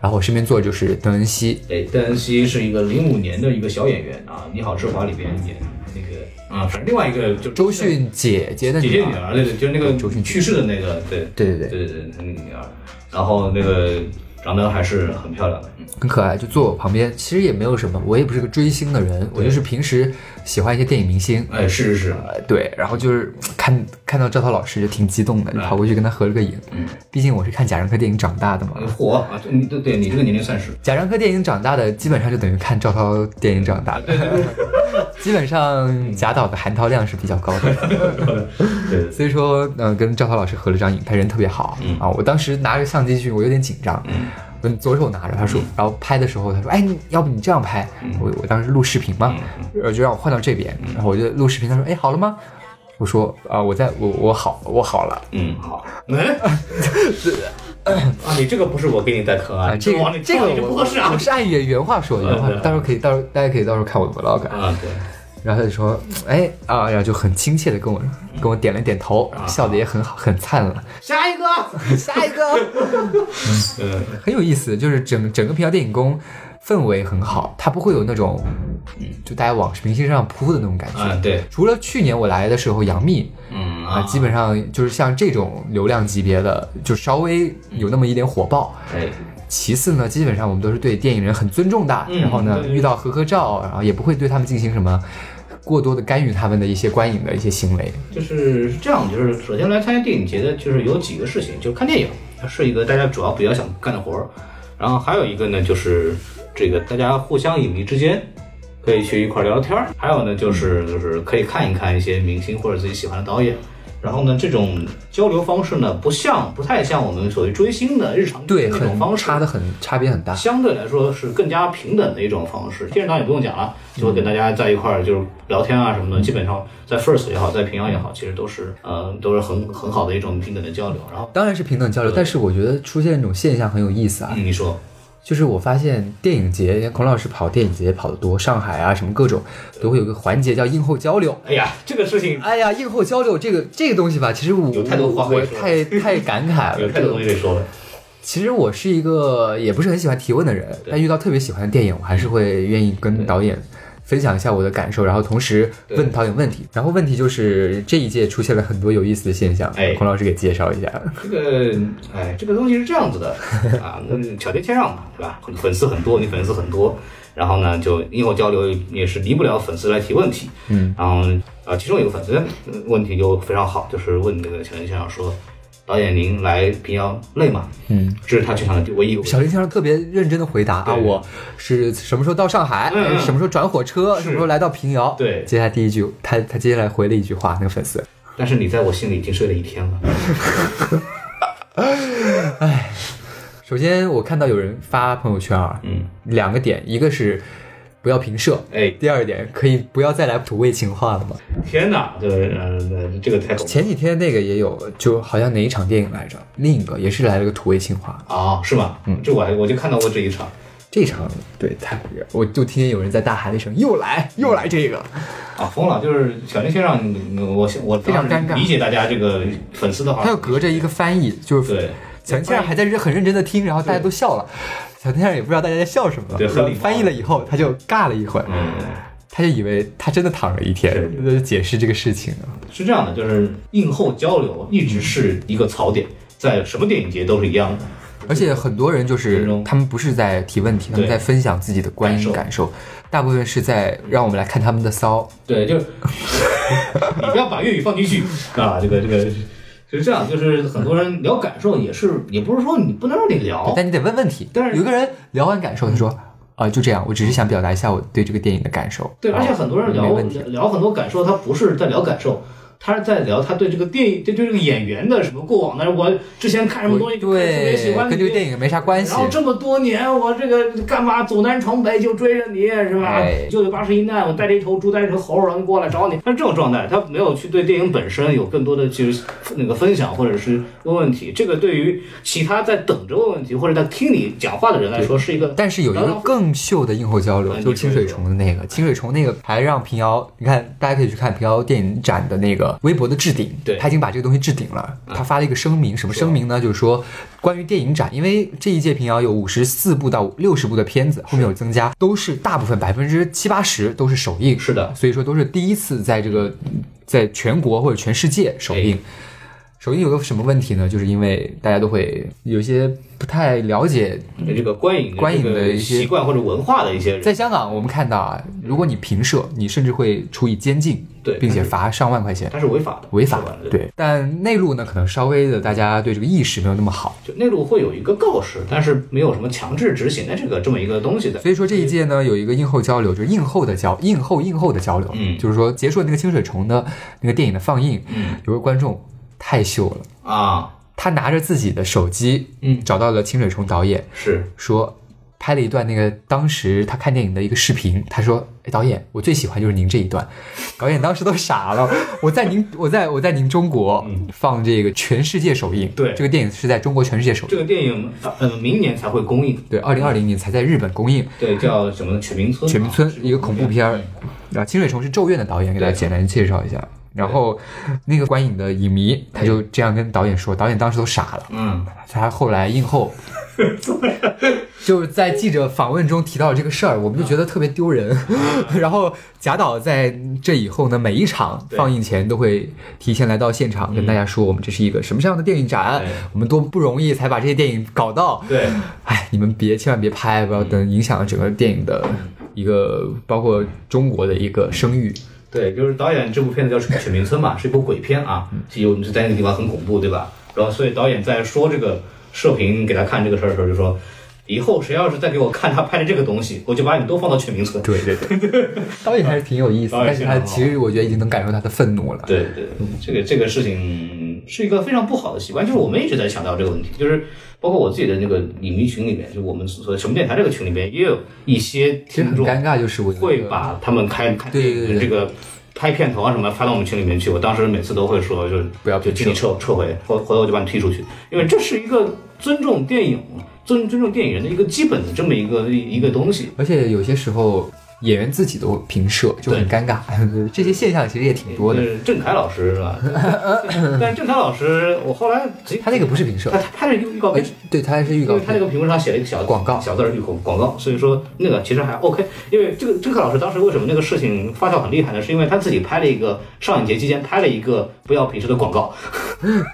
E: 然后我身边坐的就是邓恩熙，
D: 对，邓恩熙是一个零五年的一个小演员啊，《你好，之华》里边演那个啊，反正另外一个就
E: 周迅姐姐的
D: 姐
E: 女
D: 姐女
E: 儿，
D: 儿，对对，就是那个
E: 周迅
D: 去世的那个，对
E: 对
D: 对
E: 对
D: 对
E: 对，
D: 对，那个女儿，然后那个长得还是很漂亮的，嗯
E: 很可爱，就坐我旁边，其实也没有什么，我也不是个追星的人，我就是平时喜欢一些电影明星，
D: 哎，是是是，
E: 呃，对，然后就是看看到赵涛老师就挺激动的，就跑过去跟他合了个影。毕竟我是看贾樟柯电影长大的嘛
D: 呃，火啊，这你对对，
E: <laughs>
D: 你这个年龄算是
E: 贾樟柯电影长大的基本上就等于看赵涛电影长大的。基本上贾导的含涛量是比较高的，
D: 对，
E: 所以说，嗯、跟赵涛老师合了张影，他人特别好、啊。我当时拿着相机去，我有点紧张，嗯，嗯左手拿着，他说，然后拍的时候，他说，哎，你要不你这样拍？我我当时录视频嘛，呃，就让我换到这边，然后我就录视频，他说，哎，好了吗？我说啊、我在我我好我好了，
D: 嗯，好，
E: <laughs>
D: 哎，啊，你这个不是我给你带坑啊，
E: 啊，
D: 你
E: 这
D: 往
E: 个
D: 里
E: 这
D: 跳
E: 个
D: 你这
E: 我
D: 不合适啊
E: 我，是按原原话说的，原话
D: 对
E: 说，
D: 对
E: 到时候可以到时候大家可以到时候看我的 vlog，
D: 啊，对，
E: 然后他就说，哎啊，然后就很亲切的跟我跟我点了点头，然后笑的也很好，很灿烂。 <laughs>
D: 下一个，
E: 下一个
D: 嗯，
E: 很有意思，就是整整个平遥电影宫氛围很好，它不会有那种嗯就大家往明星身上扑的那种感觉。
D: 啊，对，
E: 除了去年我来的时候，杨幂
D: 嗯
E: 啊，基本上就是像这种流量级别的，就稍微有那么一点火爆。
D: 哎，
E: 其次呢，基本上我们都是对电影人很尊重的，
D: 嗯
E: 然后呢
D: 对，对
E: 遇到合合照，然后也不会对他们进行什么过多的干预他们的一些观影的一些行为。
D: 就是这样，就是首先来参加电影节的，就是有几个事情，就是看电影是一个大家主要比较想干的活儿，然后还有一个呢，就是这个大家互相影迷之间可以去一块儿聊聊天儿，还有呢就是就是可以看一看一些明星或者自己喜欢的导演。然后呢，这种交流方式呢，不像不太像我们所谓追星的日常
E: 对，
D: 那种
E: 很
D: 方式，
E: 差的很差别很大。
D: 相对来说是更加平等的一种方式。电视台也不用讲了，就会跟大家在一块儿就是聊天啊什么的，基本上在 First 也好，在平遥也好，其实都是呃都是很很好的一种平等的交流。然后
E: 当然是平等交流，但是我觉得出现一种现象很有意思啊，
D: 嗯你说，
E: 就是我发现电影节，孔老师跑电影节跑得多，上海啊什么各种都会有个环节叫映后交流。
D: 哎呀，这个事情
E: 哎呀，映后交流这个这个东西吧，其实我
D: 有太多话可以
E: 我
D: 说
E: 太太感慨了，
D: 有太多东西可以说了。
E: 其实我是一个也不是很喜欢提问的人，但遇到特别喜欢的电影，我还是会愿意跟导演分享一下我的感受，然后同时问导演问题。然后问题就是这一届出现了很多有意思的现象，
D: 哎
E: 孔老师给介绍一下。
D: 这个，哎，这个东西是这样 <laughs> 子的啊，那巧接天上嘛，对吧？粉丝很多，你粉丝很多，然后呢，就以后交流也是离不了粉丝来提问题，嗯，然后啊，其中有个粉丝呃问题就非常好，就是问那个小林先生说，导演您来平遥累吗？嗯，这是他全场的唯一一个问题
E: 小林先生特别认真的回答啊，
D: 对
E: 我是什么时候到上海，
D: 嗯嗯
E: 什么时候转火车，
D: 是
E: 什么时候来到平遥。
D: 对
E: 接下来第一句，他他接下来回了一句话，那个粉丝，
D: 但是你在我心里已经睡了一天了，
E: 首先我看到有人发朋友圈啊，
D: 嗯，
E: 两个点，一个是不要平射，
D: 哎，
E: 第二点可以不要再来土味情话了吗？
D: 天哪，就是呃，这个太恐怖
E: 前几天那个也有，就好像哪一场电影来着，另一个也是来了个土味情话。
D: 啊，是吗？嗯，这我还我就看到过这一场
E: 这场对他，我就听见有人在大喊了一声“又来，又来这个
D: 啊，疯了，就是小林先生，嗯我我
E: 非常尴尬
D: 理解大家这个粉丝的”，话，
E: 他又隔着一个翻译，就是
D: 对
E: 小先生还在认很认真的听，然后大家都笑了，小先生也不知道大家在笑什么
D: 对很礼
E: 了。
D: 貌
E: 翻译了以后，他就尬了一会儿，
D: 嗯
E: 他就以为他真的躺了一天，他就解释这个事情啊。
D: 是这样的，就是映后交流一直是一个槽点，在什么电影节都是一样的。
E: 而且很多人就是
D: 中
E: 他们不是在提问题，他们
D: 对
E: 在分享自己的观
D: 感受
E: 影感受，大部分是在让我们来看他们的骚。
D: 对，
E: <laughs>
D: 就是你不要把粤语放进去啊，这个这个是这样，就是很多人聊感受也是，也不是说你不能让你聊，
E: 但你得问问题。
D: 但是
E: 有个人聊完感受，他说：“啊、就这样，我只是想表达一下我对这个电影的感受。”
D: 对，而且很多人
E: 哦没
D: 聊
E: 问题
D: 聊很多感受，他不是在聊感受。他是在聊他对这个电影，对对这个演员的什么过往，但是我之前看什么东西，特别喜
E: 对，
D: 欢你，
E: 跟这个电影没啥关系
D: 然。后这么多年，我这个干嘛走南闯北就追着你是吧
E: 哎？
D: 九九八十一难，我带着一头猪，带着一头猴，然后过来找你。但是这种状态，他没有去对电影本身有更多的去那个分享或者是问问题。这个对于其他在等着问问题或者在听你讲话的人来说，是一个
E: 但是有一
D: 刚
E: 个
D: 刚
E: 更秀的映后交流
D: 嗯，
E: 就是清水虫的那个，清水虫那个还让平遥，你看大家可以去看平遥电影展的那个微博的置顶，
D: 对嗯
E: 他已经把这个东西置顶了，他发了一个声明，什么声明呢？就是说关于电影展，因为这一届平遥有五十四部到六十部的片子，后面有增加，都是大部分百分之七八十都是首映，
D: 是的哎
E: 所以说都是第一次在这个在全国或者全世界首映。首映有个什么问题呢？就是因为大家都会有一些不太了解，
D: 对这个观影
E: 观影
D: 这个
E: 的一些
D: 习惯或者文化的一些人，
E: 在香港我们看到啊，如果你平射，你甚至会处以监禁，
D: 对
E: 并且罚上万块钱，
D: 它是违法的，
E: 违法
D: 是吧。
E: 对，但内陆呢，可能稍微的大家对这个意识没有那么好，
D: 就内陆会有一个告示，但是没有什么强制执行的这个这么一个东西的。
E: 所以说这一届呢，有一个映后交流，就是映后的交映后映后的交流，
D: 嗯
E: 就是说结束了那个清水虫的那个电影的放映，
D: 嗯
E: 有个观众太秀了，
D: 啊，
E: 他拿着自己的手机，
D: 嗯
E: 找到了清水虫导演，
D: 是
E: 说拍了一段那个当时他看电影的一个视频，他说：“哎，导演，我最喜欢就是您这一段。”导演当时都傻了，我在您我在我在您中国放这个全世界首映，
D: 对
E: 这个电影是在中国全世界首映
D: 这，个电影，呃，明年才会公映，
E: 对，二零二零年才在日本公映。
D: 对，叫什么《全民村》。啊
E: 全民村一个恐怖片儿，啊，清水虫是《咒怨》的导演，给大家简单介绍一下。然后那个观影的影迷他就这样跟导演说，导演当时都傻了，
D: 嗯，
E: 他后来映
D: <laughs>
E: 后。就是在记者访问中提到这个事儿，我们就觉得特别丢人。
D: 啊
E: <laughs> 然后贾导在这以后呢，每一场
D: 对
E: 放映前都会提前来到现场，跟大家说我们这是一个什么样的电影展
D: 对，
E: 我们多不容易才把这些电影搞到。
D: 对，
E: 哎，
D: 嗯
E: 你们别千万别拍，不要等影响了整个电影的一个，包括中国的一个声誉。
D: 对，就是导演这部片子叫《犬民村》嘛，是一部鬼片啊，
E: 嗯
D: 就就在那个地方很恐怖，对吧？然后所以导演在说这个射频给他看这个事儿的时候，就说。以后谁要是再给我看他拍的这个东西，我就把你都放到犬民村。
E: 对对对，导演还是挺有意思，
D: 导演
E: 但是他
D: 现在很好
E: 其实我觉得已经能感受他的愤怒了。
D: <laughs> 对对，
E: 嗯
D: 这个这个事情是一个非常不好的习惯，就是我们一直在强调这个问题，就是包括我自己的那个影迷群里面，就我们所谓什么电台这个群里面，也有一些
E: 其实
D: 听
E: 很
D: 众
E: 尴尬，就是我觉得
D: 会把他们开看
E: 对对对对
D: 这个拍片头啊什么发到我们群里面去。我当时每次都会说，就是
E: 不要
D: 就请你撤撤回，回回头我就把你踢出去，因为这是一个尊重电影、尊尊重电影人的一个基本的这么一个一个东西。
E: 而且有些时候演员自己都平射，就很尴尬。 <laughs> 这些现象其实也挺多的。
D: 就是郑恺老师是吧？ <coughs> 但是郑恺老师，我后来仔细
E: 他那个不是平射
D: 他，他拍了一个预告
E: 哎
D: 片，，
E: 对，他还是预
D: 因
E: 告
D: 为他那
E: 片。
D: 个屏幕上写了一个小
E: 广告
D: 小字儿预广广告，所以说那个其实还 OK。因为这个郑恺老师当时为什么那个事情发酵很厉害呢？是因为他自己拍了一个上影节期间拍了一个不要平射的广告，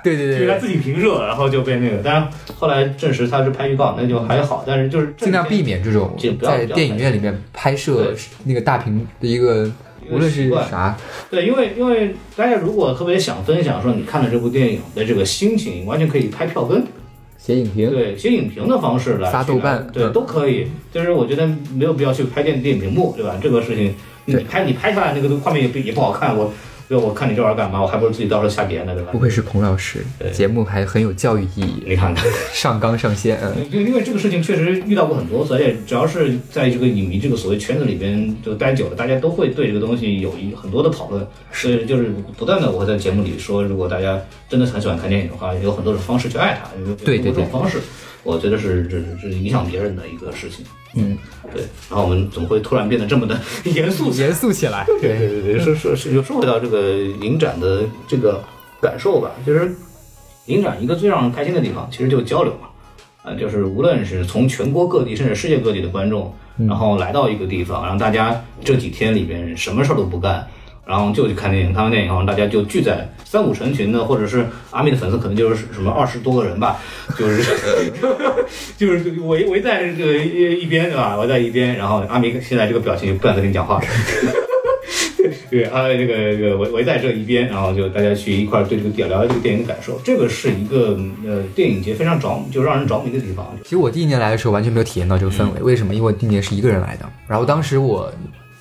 E: 对对
D: 所
E: 对
D: 以他
E: 对，
D: 自己平射，然后就被那个。当然后来证实他是拍预告，那就还好，但是就是
E: 嗯尽量避免这种
D: 尽不要
E: 在电影院里面拍摄
D: 对
E: 那个大屏的一个，
D: 一个
E: 无论是
D: 习惯
E: 啥，
D: 对，因为因为大家如果特别想分享说你看了这部电影的这个心情，完全可以拍票根，
E: 写影评。
D: 对，写影评的方式来
E: 发
D: 去
E: 豆
D: 来
E: 瓣
D: 对，
E: 嗯
D: 都可以。就是我觉得没有必要去拍电电影屏幕，对吧？这个事情，你
E: 对
D: 拍你拍下来那个画面也不也不好看，我对我看你这玩意儿干嘛？我还不如自己到时候下别呢，对吧
E: 不？愧是孔老师，节目还很有教育意义，
D: 你看看，
E: 上纲上线。嗯，
D: 呃因为因为这个事情确实遇到过很多次，而且只要是在这个影迷这个所谓圈子里边就待久了，大家都会对这个东西有一很多的讨论。所以就是不断的我会在节目里说，如果大家真的很喜欢看电影的话，有很多种方式去爱它，有有
E: 对
D: 很
E: 对
D: 多种
E: 对
D: 方式，我觉得是这是是影响别人的一个事情。
E: 嗯，
D: 对。然后我们怎么会突然变得这么的 <laughs> 严肃起来？
E: 严肃起来。
D: 对对对对，是是是，就说回到这个影展的这个感受吧，就是影展一个最让人开心的地方，其实就是交流嘛。呃，就是无论是从全国各地，甚至世界各地的观众，然后来到一个地方，让大家这几天里边什么事儿都不干，然后就去看电影。看完电影后，大家就聚在三五成群的，或者是阿密的粉丝，可能就是什么二十多个人吧，就是 <laughs> 就是围围在这个一一边对吧？围在一边，然后阿明现在这个表情不想跟你讲话。对，啊，这个这个围围在这一边，然后就大家去一块儿对这个电聊聊这个电影的感受，这个是一个呃电影节非常着就让人着迷的地方。
E: 其实我第一年来的时候完全没有体验到这个氛
D: 嗯
E: 围，为什么？因为我第一年是一个人来的，然后当时我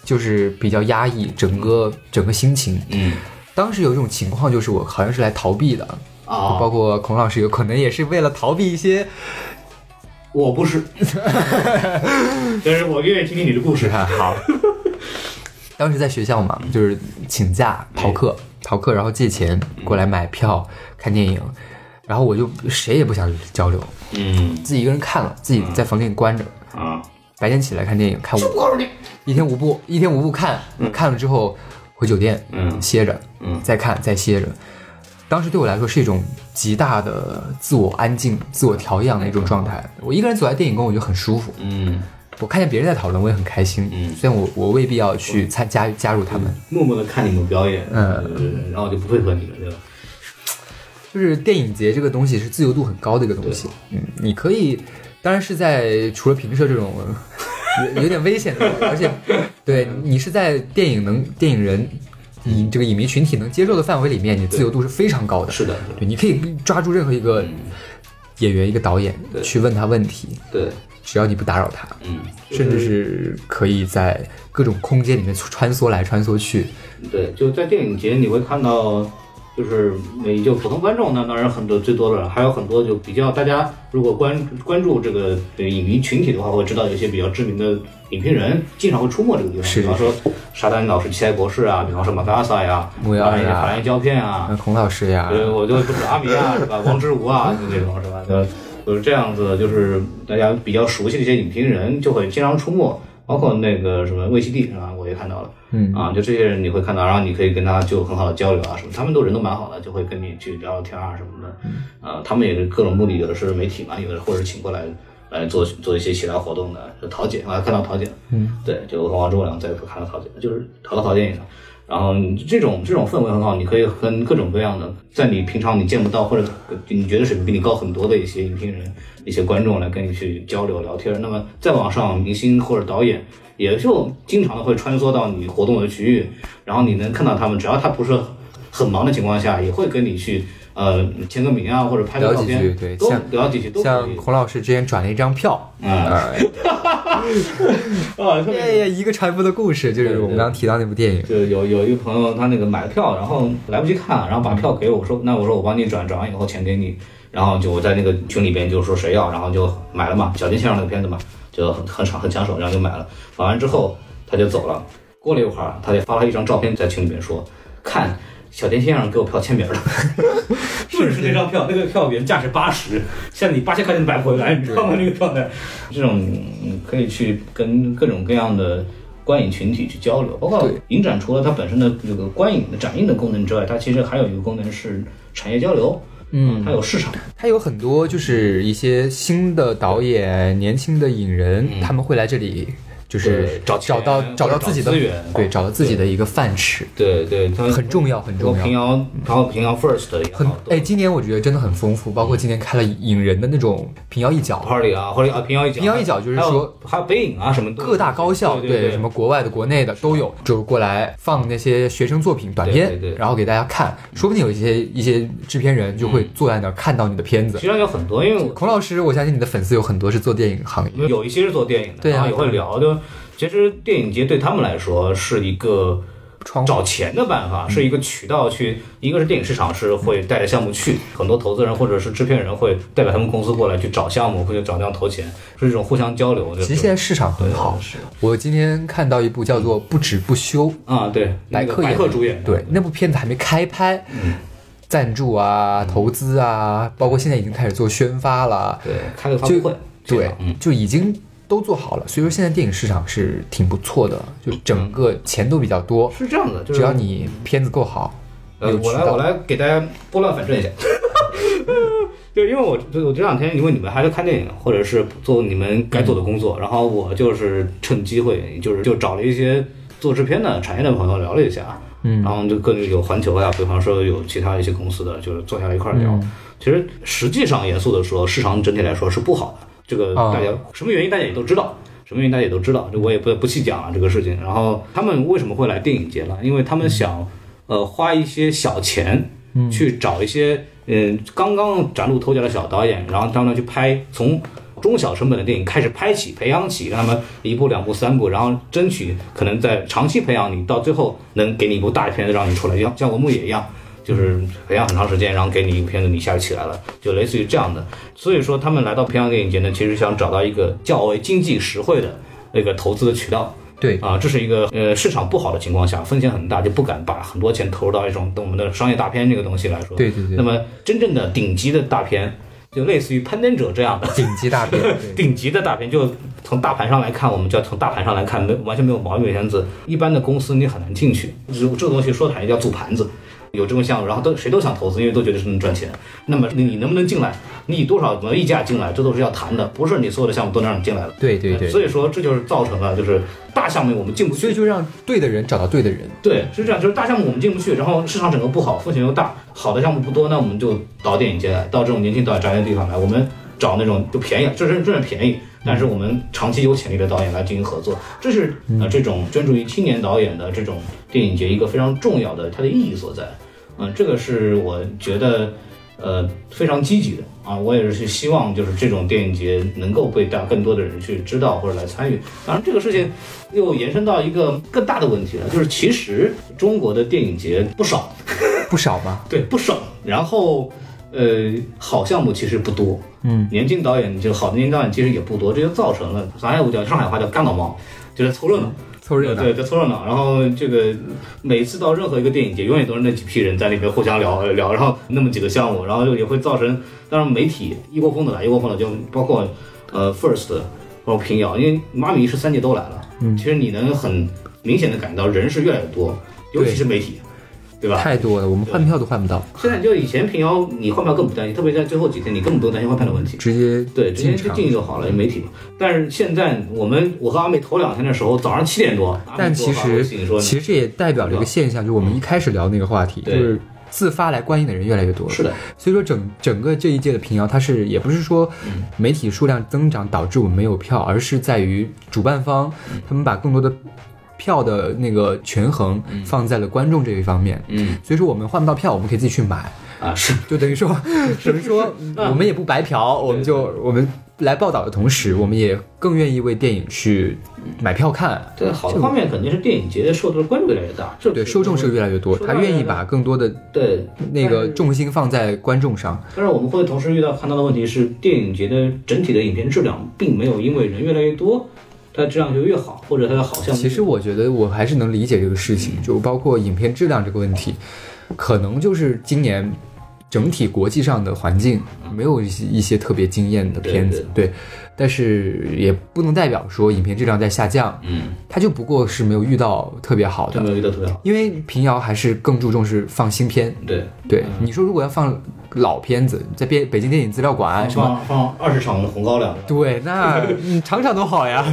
E: 就是比较压抑，整个整个心情。
D: 嗯，
E: 当时有一种情况，就是我好像是来逃避的，
D: 啊，
E: 包括孔老师有可能也是为了逃避一些，
D: 我不 <laughs> 是，但是我啊愿意听听你的故事。好，
E: 当时在学校嘛，就是请假逃课，逃课然后借钱过来买票看电影，然后我就谁也不想交流，
D: 嗯
E: 自己一个人看了，自己在房间里关着，
D: 啊，
E: 白天起来看电影，看
D: 我
E: 五
D: 告诉你，
E: 一天五部，一天五部看，看了之后回酒店，
D: 嗯
E: 歇着，
D: 嗯
E: 再看，再歇着。当时对我来说是一种极大的自我安静、自我调养的一种状态。我一个人走在电影宫，我就很舒服。
D: 嗯，
E: 我看见别人在讨论，我也很开心。
D: 嗯
E: 虽然我我未必要去参加加入他们，
D: 默默的看你们表演，呃
E: 嗯
D: 对，对对然后就不配合你了，对吧？
E: 就是电影节这个东西是自由度很高的一个东西。嗯，你可以，当然是在除了平射这种有有点危险的，而且对你是在电影能电影人。你这个影迷群体能接受的范围里面，你自由度是非常高的。
D: 是的是的
E: 对，你可以抓住任何一个演员、一个导演
D: 对
E: 去问他问题，
D: 对，
E: 只要你不打扰他，
D: 嗯，
E: 甚至是可以在各种空间里面穿梭来穿梭去。
D: 对，就在电影节你会看到，就是每就普通观众那当然很多最多了，还有很多就比较大家如果关关注这个呃影迷群体的话，会知道有些比较知名的影评人经常会出没这个地方，
E: 是
D: 比方说沙丹老师《奇才博士》啊，比方说马达萨呀，
E: 木曜呀
D: 法兰法兰胶片啊，
E: 那孔老师呀，
D: 对，我就不止阿米啊，是吧？王之无啊，就这种是吧？就就是这样子，就是大家比较熟悉的一些影评人就会经常出没，包括那个什么魏西地是吧？我也看到了，
E: 嗯
D: 啊，就这些人你会看到，然后你可以跟他就很好的交流啊什么，他们都人都蛮好的，就会跟你去聊聊天啊什么的，啊，他们也是各种目的，有的是媒体嘛，有的或者请过来。来做做一些其他活动的，就陶姐，我还看到陶姐，嗯，对，就和王之无良在一块看到陶姐，就是陶到陶电影啊上，然后你这种这种氛围很好，你可以跟各种各样的在你平常你见不到或者你觉得水平比你高很多的一些影评人、一些观众来跟你去交流聊天。那么再往上，明星或者导演也就经常的会穿梭到你活动的区域，然后你能看到他们，只要他不是很忙的情况下，也会跟你去呃签个名啊，或者拍个
E: 聊
D: 照
E: 几
D: 片，
E: 句，对，
D: 都
E: 像
D: 聊几句都可
E: 像
D: 以。
E: 孔老师之前转了一张票，
D: 啊
E: 呃，
D: 啊，特别
E: 哎呀，一个船夫的故事，就是我们刚提到那部电影，
D: 就有有一个朋友，他那个买了票，然后来不及看，然后把票给我，我说那我说我帮你转，转完以后钱给你，然后就我在那个群里边就说谁要，然后就买了嘛，小金先生那个片子嘛，就很很抢很抢手，然后就买了，买完之后他就走了，过了一会儿他就发了一张照片在群里边说，看。小田先生 <laughs> 给我票签名了，不只是那张票，那个票原价是八十，现在你八千块钱买不回来，你知道吗？那个状态，这种嗯可以去跟各种各样的观影群体去交流，包括
E: 对
D: 影展除了它本身的这个观影的展映的功能之外，它其实还有一个功能是产业交流，
E: 嗯
D: 它有市场，
E: 他有很多就是一些新的导演、年轻的影人，
D: 嗯
E: 他们会来这里，就是
D: 对找
E: 找到
D: 钱
E: 找
D: 或
E: 到
D: 者
E: 自己的
D: 找资源啊
E: 对，找到自己的一个饭吃，
D: 对对，它
E: 很重要，很
D: 包括
E: 重要
D: 平。遥，包括平遥 First 的嗯也
E: 很
D: 好，
E: 哎，今年我觉得真的很丰富，包括今年开了影人的那种平遥一角，
D: party 啊，或者啊平遥一角，
E: 平遥一角就是
D: 还有
E: 说
D: 还有北影啊什么都
E: 各大高校
D: 对对
E: 什么国外的、国内的都有，就是过来放那些学生作品、短
D: 对对
E: 片，
D: 对
E: 然后给大家看，说不定有一些一些制片人就
D: 嗯
E: 会坐在那儿看到你的片子
D: 其。实有很多，因为我
E: 孔老师，我相信你的粉丝有很多是做电影行业，
D: 有一些是做电影的，
E: 对啊
D: 然后也会聊。就其实电影节对他们来说是一个
E: 窗户嗯
D: 找钱的办法，是一个渠道去。一个是电影市场是会带着项目去，很多投资人或者是制片人会代表他们公司过来去找项目，或者找地方投钱，是一种互相交流。
E: 其实现在市场很好。我今天看到一部叫做《不止不休》，
D: 啊，对，那个
E: 克
D: 白
E: 演
D: 客
E: 的
D: 主演的，嗯
E: 对，那部片子还没开拍，赞助
D: 嗯
E: 啊、投资啊，包括现在已经开始做宣发了，
D: 对，开嗯个发
E: 就
D: 布会，这
E: 对
D: 样嗯，，
E: 就已经都做好了。所以说现在电影市场是挺不错的，就整个钱都比较多，
D: 嗯是这样的，就是
E: 只要你片子够好，
D: 呃，
E: 有
D: 我
E: 渠
D: 来我
E: 道。
D: 来给大家拨乱反正一 <laughs> 下，就因为我我这两天因为你们还在看电影，或者是做你们该做的工作，然后我就是趁机会，就是就找了一些做制片的产业的朋友聊了一下，嗯，然后就跟有环球呀，啊比方说有其他一些公司的，就是坐下来一块儿聊。其实实际上严肃的说，市场整体来说是不好的，这个
E: 啊
D: 大家、什么原因大家也都知道。什么原因大家也都知道，这我也不不细讲啊了这个事情。然后他们为什么会来电影节呢？因为他们想、呃，花一些小钱，去找一些嗯、刚刚崭露头角的小导演，然后让他们去拍从中小成本的电影开始拍起，培养起，让他们一部、两部、三部，然后争取可能在长期培养你，到最后能给你一部大片子让你出来，像像文牧野一样。就是培养很长时间，然后给你一部片子，你一下就起来了，就类似于这样的。所以说，他们来到平遥电影节呢，其实想找到一个较为经济实惠的那个投资的渠道，
E: 对，
D: 啊，这是一个呃市场不好的情况下，风险很大，就不敢把很多钱投入到一种我们的商业大片这个东西来说。
E: 对对对
D: 那么真正的顶级的大片，就类似于《攀登者》这样的
E: 顶级大片，对
D: <laughs> 顶级的大片，就从大盘上来看，我们就要从大盘上来看，没完全没有毛病的片子，一般的公司你很难进去。这这个东西说起来叫组盘子。有这种项目，然后都谁都想投资，因为都觉得是能赚钱。那么你能不能进来，你以多少什么溢价进来，这都是要谈的，不是你所有的项目都能让你进来的。
E: 对对对，
D: 所以说这就是造成了就是大项目我们进不去
E: 所以，就让对的人找到对的人。
D: 对，是这样，就是大项目我们进不去，然后市场整个不好，风险又大，好的项目不多，那我们就导电影节来，到这种年轻导演扎堆的地方来，我们找那种就便宜，这是真是便宜，但是我们长期有潜力的导演来进行合作，这是
E: 嗯
D: 呃这种专注于青年导演的这种电影节一个非常重要的它的意义所在。嗯、这个是我觉得呃非常积极的啊，我也是希望就是这种电影节能够被大更多的人去知道或者来参与。当然，这个事情又延伸到一个更大的问题了，就是其实中国的电影节不少，
E: 不少吧？
D: 对，不少。然后，呃，好项目其实不多，嗯，年轻导演就好的年轻导演其实也不多，这就造成了咱也不叫上海话叫“干老毛”，就是凑热闹。
E: 嗯凑热闹
D: 对，，在凑热闹。然后这个每次到任何一个电影节，永远都是那几批人在那边互相聊聊，然后那么几个项目，然后就也会造成，当然媒体一窝蜂的来，一窝蜂的就包括呃 First 包括平遥，因为妈咪是三届都来了，
E: 嗯
D: 其实你能很明显的感到人是越来越多，尤其是媒体，对吧？
E: 太多了，我们换票都换不到，
D: 现在就以前平遥你换票更不担心，特别在最后几天，你根本不用担心换票的问题。
E: 直接
D: 对，直接
E: 进
D: 就
E: 场。
D: 进就好了，媒体嘛。但是现在我们，我和阿妹头两天的时候，早上七点多，阿妹
E: 但
D: 给我
E: 其
D: 发微
E: 实
D: 信说
E: 其实也代表了一个现象，就是我们一开始聊那个话题，就
D: 嗯对
E: 是自发来观影的人越来越多了。
D: 是的，
E: 所以说整整个这一届的平遥，它是也不是说
D: 嗯
E: 媒体数量增长导致我们没有票，而是在于主办方
D: 嗯
E: 他们把更多的票的那个权衡放在了观众这一方面。
D: 嗯
E: 所以说我们换不到票，我们可以自己去买，
D: 啊是
E: 就等于说等于说
D: 嗯
E: 我们也不白嫖，我们就我们来报道的同时，我们也更愿意为电影去买票看。
D: 对好的方面肯定是电影节受到的关注越来越大，这
E: 对，受众是越来越多，
D: 受
E: 他
D: 众
E: 愿
D: 越来
E: 意
D: 越
E: 把更多的
D: 对
E: 那个
D: 但是
E: 重心放在观众上。
D: 但是我们会同时遇到看到的问题是，电影节的整体的影片质量并没有因为人越来越多，它质量就越好，或者它的好项目。
E: 其实我觉得我还是能理解这个事情，就包括影片质量这个问题，可能就是今年整体国际上的环境没有一些一些特别惊艳的片子，对但是也不能代表说影片质量在下降，
D: 嗯，
E: 它就不过是没有遇到特别好
D: 就没
E: 的，
D: 有遇到特别好。
E: 因为平遥还是更注重是放新片。
D: 对，
E: 对，
D: 嗯
E: 你说如果要放老片子，在北北京电影资料馆什么，
D: 放放二十场的红高粱，
E: 对，那
D: <laughs>
E: 嗯场场都好呀。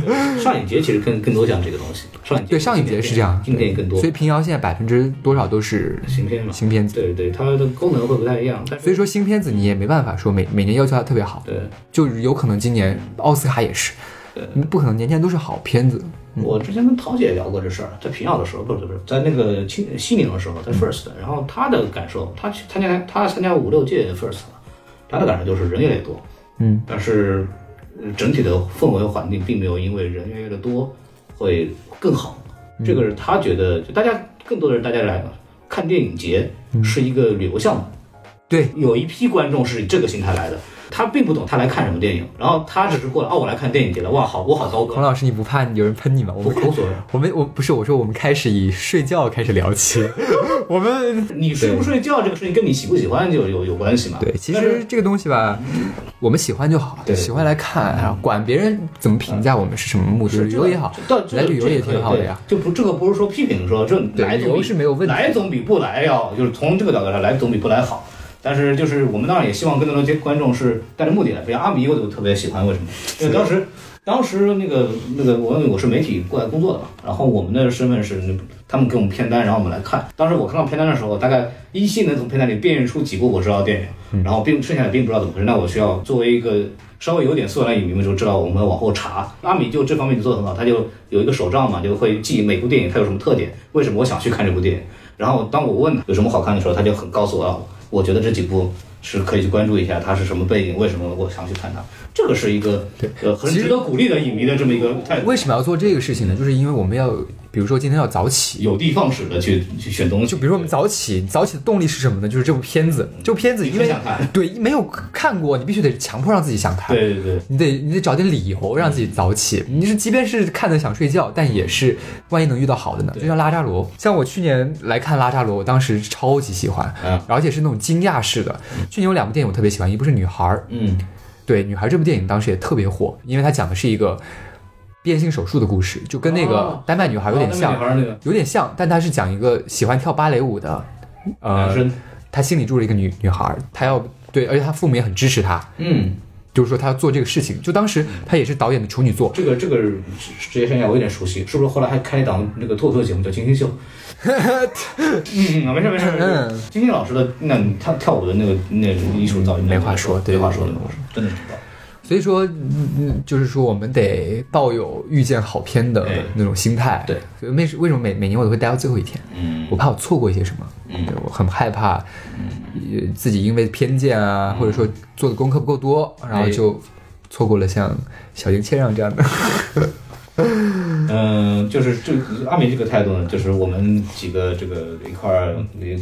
D: 上影节其实更更多讲这个东西。上影节
E: 对，上影节是这样，
D: 今天也更多
E: 所以平遥现在百分之多少都是
D: 新片嘛。
E: 新片子，
D: 对对，它的功能会不太一样，但是
E: 所以说新片子你也没办法说每每年要求它特别好，
D: 对。
E: 就是有可能今年奥斯卡也是，你不可能年年都是好片子。
D: 我之前跟陶姐聊过这事儿，在平遥的时候，不是不是，在那个青西宁的时候，在
E: 嗯
D: First，然后她的感受，她去参加她参加五六届 First，了她的感受就是人越来越多，
E: 嗯，
D: 但是呃整体的氛围环境并没有因为人越来越多会更好，
E: 嗯
D: 这个是她觉得，就大家更多的人大家来看电影节是一个旅游项目，
E: 嗯对，
D: 有一批观众是以这个心态来的。他并不懂他来看什么电影，然后他只是过来哦，我来看电影节了，哇，好，我好糟
E: 孔
D: 糕，
E: 老师，你不怕有人喷你吗？我
D: 我
E: 们
D: 无所谓。
E: 我们我不是我说我们开始以睡觉开始
D: <laughs>
E: 聊起，我们
D: 你睡不睡觉这个事情跟你喜不喜欢就有有关系嘛。
E: 对，其
D: 但
E: 实
D: 是
E: 这个东西吧，我们喜欢就好，
D: 对
E: 喜欢来看，然后管别人怎么评价我们是什么目的，
D: 是
E: 旅游也好
D: 这个到，这
E: 来
D: 个
E: 旅游也挺好的呀。
D: 这个可以对就不这个不是说批评说这
E: 对
D: 来
E: 旅
D: 总
E: 游
D: 比
E: 是没有问题
D: 来总比不来要，就是从这个角度上来总比不来好。但是就是我们当然也希望更多的观众是带着目的来，比如阿米我就特别喜欢，为什么？因为当时当时那个那个我我是媒体过来工作的嘛，然后我们的身份是他们给我们片单，然后我们来看。当时我看到片单的时候，大概依稀能从片单里辨认出几部我知道的电影，然后并剩下的并不知道怎么回事。那我需要作为一个稍微有点素养的影迷们就知道我们往后查。阿米就这方面就做得很好，他就有一个手账嘛，就会记每部电影它有什么特点，为什么我想去看这部电影。然后当我问他有什么好看的时候，他就很告诉我，啊，我觉得这几部是可以去关注一下，它是什么背景，为什么我想去看它。这个是一个呃很
E: 其实
D: 值得鼓励的影迷的这么一个态度，
E: 为什么要做这个事情呢？就是因为我们要，比如说今天要早起，
D: 有的放矢的去去选东西。
E: 就比如说我们早起，早起的动力是什么呢？就是这部片子，这部片子
D: 嗯你
E: 因为
D: 很想看
E: 对没有看过，你必须得强迫让自己想看。
D: 对对嗯对，
E: 你得你得找点理由让自己早起。你是即便是看着想睡觉，但也是万一能遇到好的呢。就像拉扎罗，像我去年来看拉扎罗，我当时超级喜欢，
D: 嗯
E: 而且是那种惊讶式的。去年有两部电影我特别喜欢，一部是《女孩》，
D: 嗯，
E: 对，《女孩》这部电影当时也特别火，因为它讲的是一个变性手术的故事，就跟那个
D: 哦
E: 《丹麦女孩》有点像
D: 哦那个女，孩儿那个
E: 有点像，但它是讲一个喜欢跳芭蕾舞的
D: 男
E: 呃，
D: 生，
E: 他心里住着一个女女孩儿，他要对，而且他父母也很支持他，
D: 嗯，
E: 就是说他要做这个事情。就当时他也是导演的处女作，
D: 这个这个职业生涯我有点熟悉，是不是后来还开一档那个脱口秀节目叫《金星 <laughs> 秀》？嗯，嗯，没事没事没事。金星老师的那你跳跳舞的那个那个艺术造诣，
E: 没话说
D: 嗯
E: 对
D: 没话说，没话说，真的是不知道。
E: 所以说，嗯嗯，就是说我们得抱有遇见好片的
D: 哎
E: 那种心态。
D: 对，
E: 所以为什为什么每每年我都会待到最后一天？
D: 嗯
E: 我怕我错过一些什么，对我很害怕，呃自己因为偏见啊，或者说做的功课不够多，然后
D: 哎
E: 就错过了像小樱切让这样 <laughs> 的。
D: 嗯，就是这个阿明这个态度呢，就是我们几个这个一块儿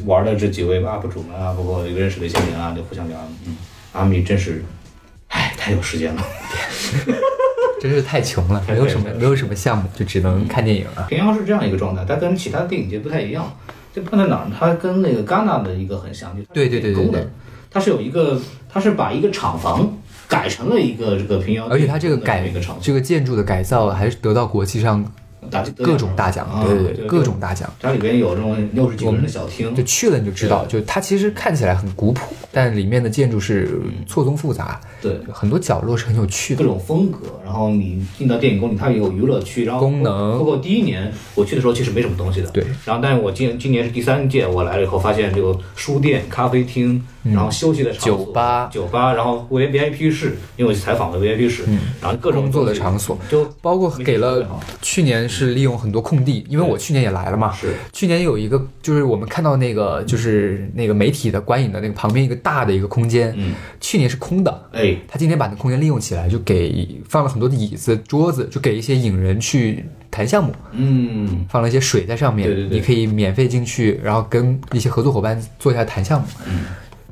D: 玩的这几位 UP 主们啊，包括一个认识的一些人啊，就互相聊。嗯，阿米真是，哎，太有时间了。
E: 真是太穷了，没有什么没有嗯什么项目，就只能看电影啊了。
D: 平遥是这样一个状态，它跟其他电影节不太一样。这放在哪儿呢？它跟那个戛纳的一个很像，就是它是
E: 对对对对
D: 人工的
E: 对，
D: 它是有一个，它是把一个厂房改成了一个这个平遥，
E: 而且它这个改
D: 一个厂房，
E: 这个建筑的改造还是得到国际上
D: 打击
E: 各种大奖，
D: 啊
E: 对对
D: 对
E: 对，各种大奖。
D: 它里边有这种六十几个人的小厅
E: 就，去了你就知道，就它其实看起来很古朴，但里面的建筑是错综复杂，
D: 对，
E: 很多角落是很有趣
D: 各
E: 的。
D: 种风格，然后你进到电影宫里，它也有娱乐区，然后
E: 功能
D: 包括第一年我去的时候，其实没什么东西的。
E: 对。
D: 然后，但是我今今年是第三届，我来了以后，发现这个书店、咖啡厅，然后休息的场所、
E: 嗯酒吧
D: 酒吧，然后 V V I P 室，因为我去采访的 V I P 室，然后各种
E: 嗯工作的
D: 东西
E: 场所
D: 就
E: 包括给
D: 没什么特别
E: 了
D: 好
E: 去年是利用很多空
D: 嗯
E: 地，因为我去年也来了嘛。
D: 是
E: 去年有一个就是我们看到那个就是那个媒体的观影的那个旁边一个大的一个空间，
D: 嗯
E: 去年是空的，
D: 哎，
E: 他今天把那空间利用起来，就给放了很多的椅子、桌子，就给一些影人去谈项目，
D: 嗯，
E: 放了一些水在上面，
D: 对对对
E: 你可以免费进去，然后跟一些合作伙伴坐下来谈项目。
D: 嗯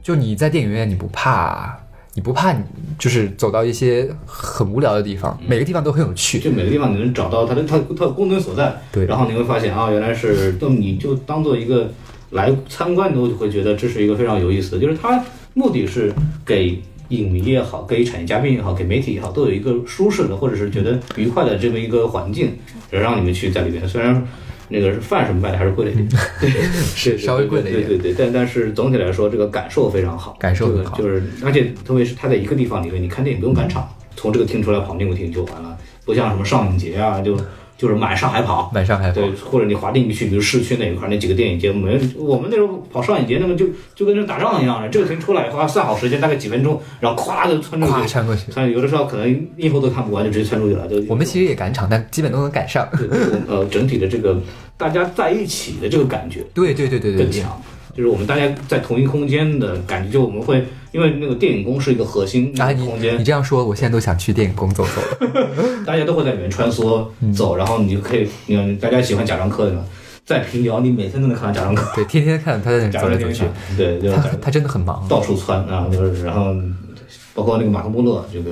E: 就你在电影院，你不怕，你不怕，你就是走到一些很无聊的地
D: 嗯
E: 方，每个地方都很有趣。
D: 就每个地方你能找到它的它它的功能所在，
E: 对
D: 然后你会发现啊，原来是，那么你就当做一个来参观，你会觉得这是一个非常有意思的，就是它目的是给影迷也好，给产业嘉宾也好，给媒体也好，都有一个舒适的或者是觉得愉快的这么一个环境，然后让你们去在里边，虽然。那个饭是卖的还是贵了一点，对，是
E: 稍微贵了一点
D: 对对对，但但是总体来说，这个感受非常好，
E: 感受
D: 这个
E: 很好
D: 就是而且特别是它在一个地方里面，你看电影不用赶场，
E: 嗯
D: 从这个厅出来跑另一个厅就完了，不像什么上影节啊，就就是满上海跑。
E: 晚上还
D: 对，或者你划定区，比如市区那一块，那几个电影节，我们我们那时候跑上影节，那么就就跟那打仗一样的，这个厅出来以后，算好时间，大概几分钟，然后咵就窜出
E: 咵
D: 去，
E: 穿过去。
D: 窜有的时候可能映后都看不完，就直接窜出去了。就
E: 我们其实也赶场，但基本都能赶上。
D: 对我呃整体的这个大家在一起的这个感觉，
E: 对对对对对
D: 更
E: 对，
D: 强。就是我们大家在同一空间的感觉，就我们会因为那个电影宫是一个核心那
E: 啊，
D: 个
E: 你
D: 空间
E: 你，这样说，我现在都想去电影宫走走 <laughs> 了。
D: 大家都会在里面穿梭
E: 嗯
D: 走，然后你就可以，你看大家喜欢贾樟柯的嘛，在平遥你每天都能看到贾樟柯，
E: 对，天天看他在那
D: 贾
E: 走来
D: 樟
E: 走
D: 柯
E: 去，，
D: 啊对，就是
E: 他
D: 贾
E: 他真的很忙。
D: 到处窜啊，就是然后包括那个马克穆勒这个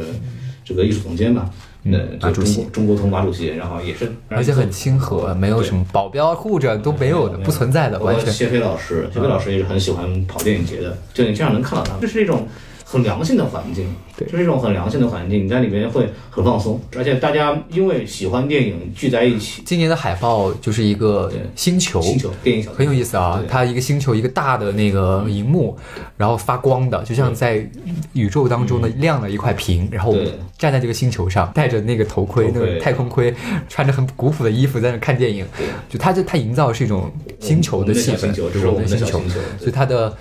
D: 这个艺术总监吧，呃，
E: 嗯马
D: 就
E: 主
D: 中
E: 席
D: 国中国同马主席，然后也是，
E: 而且很亲和，没有什么保镖护着都没有的，不存在的，
D: 包括
E: 完全。嗯
D: 谢飞老师，谢飞老师也是很喜欢跑电影节的，就你这样能看到他，这是一种很良性的环境，
E: 对
D: 这是一种很良性的环境，你在里面会很放松，而且大家因为喜欢电影聚在一起，
E: 今年的海报就是一个
D: 对
E: 星球，
D: 星球电影小
E: 很有意思啊
D: 对！嗯
E: 它一个星球，一个大的那个荧幕，然后发光的，就像在宇宙当中的亮了一块屏，然后我
D: 嗯
E: 们
D: 对
E: 站在这个星球上，戴着那个头盔，
D: 头
E: 那
D: 盔
E: 个太空盔，穿着很古朴的衣服在那看电影，就它这它营造的是一种星球的气
D: 我们的小
E: 氛，
D: 星球
E: 就
D: 这是我们的
E: 星
D: 小
E: 球
D: 星球，对
E: 所以它的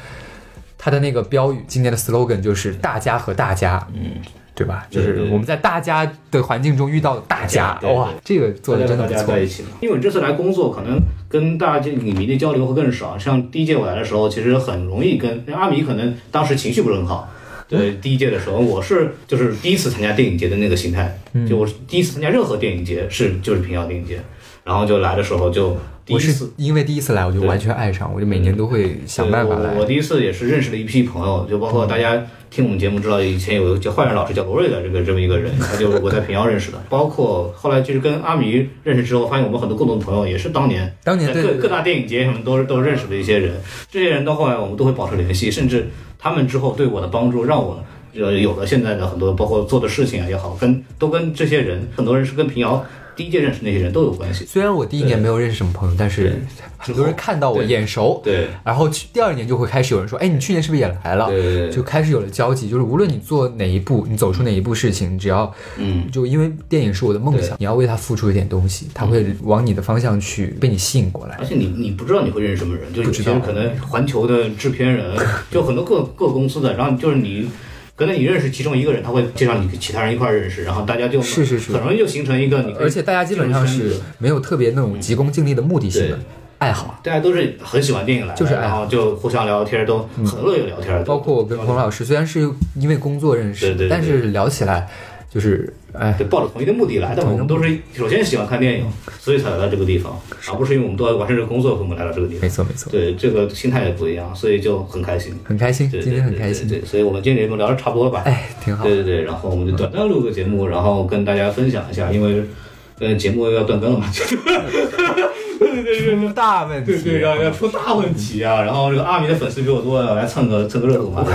E: 它的那个标语，今年的 slogan 就是“大家和大家”，嗯。对吧？就
D: 对
E: 是
D: 对
E: 我们在大家的环境中遇到大家，
D: 对对对
E: 哇，这个做的真的
D: 大
E: 不
D: 家
E: 错
D: 在。一起嘛。因为我这次来工作，可能跟大家影迷的交流会更少。像第一届我来的时候，其实很容易跟阿米，可能当时情绪不是很好。对，第一届的时候，我是就是第一次参加电影节的那个心态，
E: 嗯
D: 就我是第一次参加任何电影节是就是平遥电影节，然后就来的时候就第一
E: 我
D: 次
E: 是因为第一次来，我就完全爱上，我就每年都会想办法来
D: 我。我。第一次也是认识了一批朋友，就包括大家听我们节目知道，以前有个叫坏人老师叫罗瑞的这个这么一个人，他就是我在平遥认识的。包括后来就是跟阿迷认识之后，发现我们很多共同朋友也是当年
E: 当
D: 在
E: 年对
D: 各
E: 对对
D: 各大电影节什么都是都认识的一些人，这些人到后来我们都会保持联系，甚至他们之后对我的帮助让我。呃，有了现在的很多，包括做的事情啊也好，跟都跟这些人，很多人是跟平遥第一届认识那些人都有关系。
E: 虽然我第一年没有认识什么朋友，但是很多人看到我眼熟，
D: 对
E: 然后去第二年就会开始有人说，哎，你去年是不是也来了？
D: 对对对
E: 就开始有了交集。就是无论你做哪一步，你走出哪一步事情，只要，
D: 嗯
E: 就因为电影是我的梦想，你要为它付出一点东西，它
D: 嗯
E: 会往你的方向去被你吸引过来
D: 而。且你你不知道你会认识什么人，就有
E: 知
D: 些
E: 道
D: 人可能环球的制片
E: <laughs>
D: 人，就很多各各公司的，然后就是你。可能你认识其中一个人，他会介绍你跟其他人一块儿认识，然后大家就是
E: 是是
D: 很容易就形成一个你可以
E: 而且大家基本上
D: 进入
E: 是
D: 圈子
E: 没有特别那种急功近利的目的性的
D: 对
E: 爱好。
D: 大家都是很喜欢电影来的，
E: 就是爱
D: 然
E: 好
D: 后就互相聊天，都很乐意聊天的，
E: 包括我跟孔老师，虽然是因为工作认识，
D: 对对对
E: 但是聊起来就是，哎，
D: 对，抱着同一个目的来的嘛。我们都是首先喜欢看电影，
E: 嗯
D: 所以才来到这个地方，而不是因为我们都要完成这个工作，我们来到这个地
E: 没
D: 方。
E: 错没错，
D: 对，这个心态也不一样，所以就很开心。
E: 很开心，
D: 对，
E: 今天很开心，
D: 对，对对所以我们今天节目聊的差不多了吧？
E: 哎，挺好。
D: 对对对，然后我们就短暂录个节目，然后跟大家分享一下，因为呃节目要断更了嘛，
E: 出大问
D: 对对，
E: 啊
D: 要要出大问题啊！然后这个阿米的粉丝比我多，来蹭个蹭个热度
E: <laughs>
D: 嘛。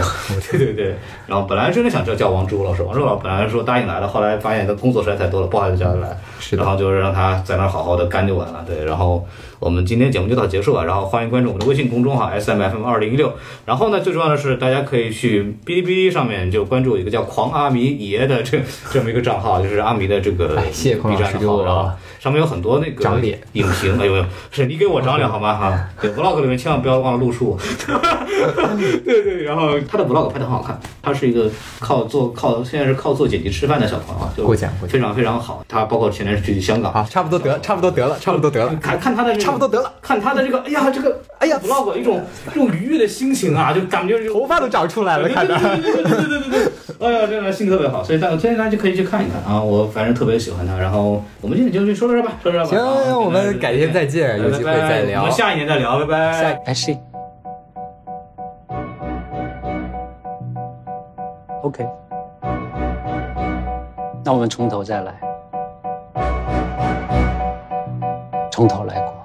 D: 对对对，然后本来真的想叫叫王朱老师，王朱老师本来说答应来了，后来发现他工作实在太多了，不好意思叫他来，
E: 是的
D: 然后就是让他在那儿好好的干就完了。对，然后我们今天节目就到此结束啊了，然后欢迎关注我们的微信公众号 S M F M 二零一六。然后呢，最重要的是大家可以去哔哩哔哩上面就关注一个叫“狂阿米爷”的这这么一个账号，就是阿米的这个
E: 哎谢谢孔
D: B
E: 老师
D: 站的
E: 给
D: 号，
E: 我
D: 然后上面有很多那个
E: 长脸
D: 影评，哎呦，是你给我长脸好吗？
E: <laughs>
D: 哈，对 vlog 里面千万不要忘了露出我。对对，然后他的 vlog 拍的很好看，他是一个靠做靠现在是靠做剪辑吃饭的小朋友啊，就
E: 过奖过奖
D: 非常非常好。他包括前段时间去香港，
E: 好，差不多得，差不多得了，差不多得了，
D: 看看他的这个
E: 差不多得了，
D: 看他的这个，哎呀，这个
E: 哎呀
D: vlog 一种这种愉悦的心情啊，就感觉就
E: 头发都长出来了，看着。
D: 对对对对对对，哎呀，真的性特别好，所以大家所以大家就可以去看一看啊，我反正特别喜欢他。然后我们今天就说到这儿吧，说到这
E: 行
D: 儿吧。啊
E: 我们改天再见有机会再聊
D: 我们下一年再聊，拜拜。
E: 下
A: 哎是，OK，那我们从头再来，从头来过。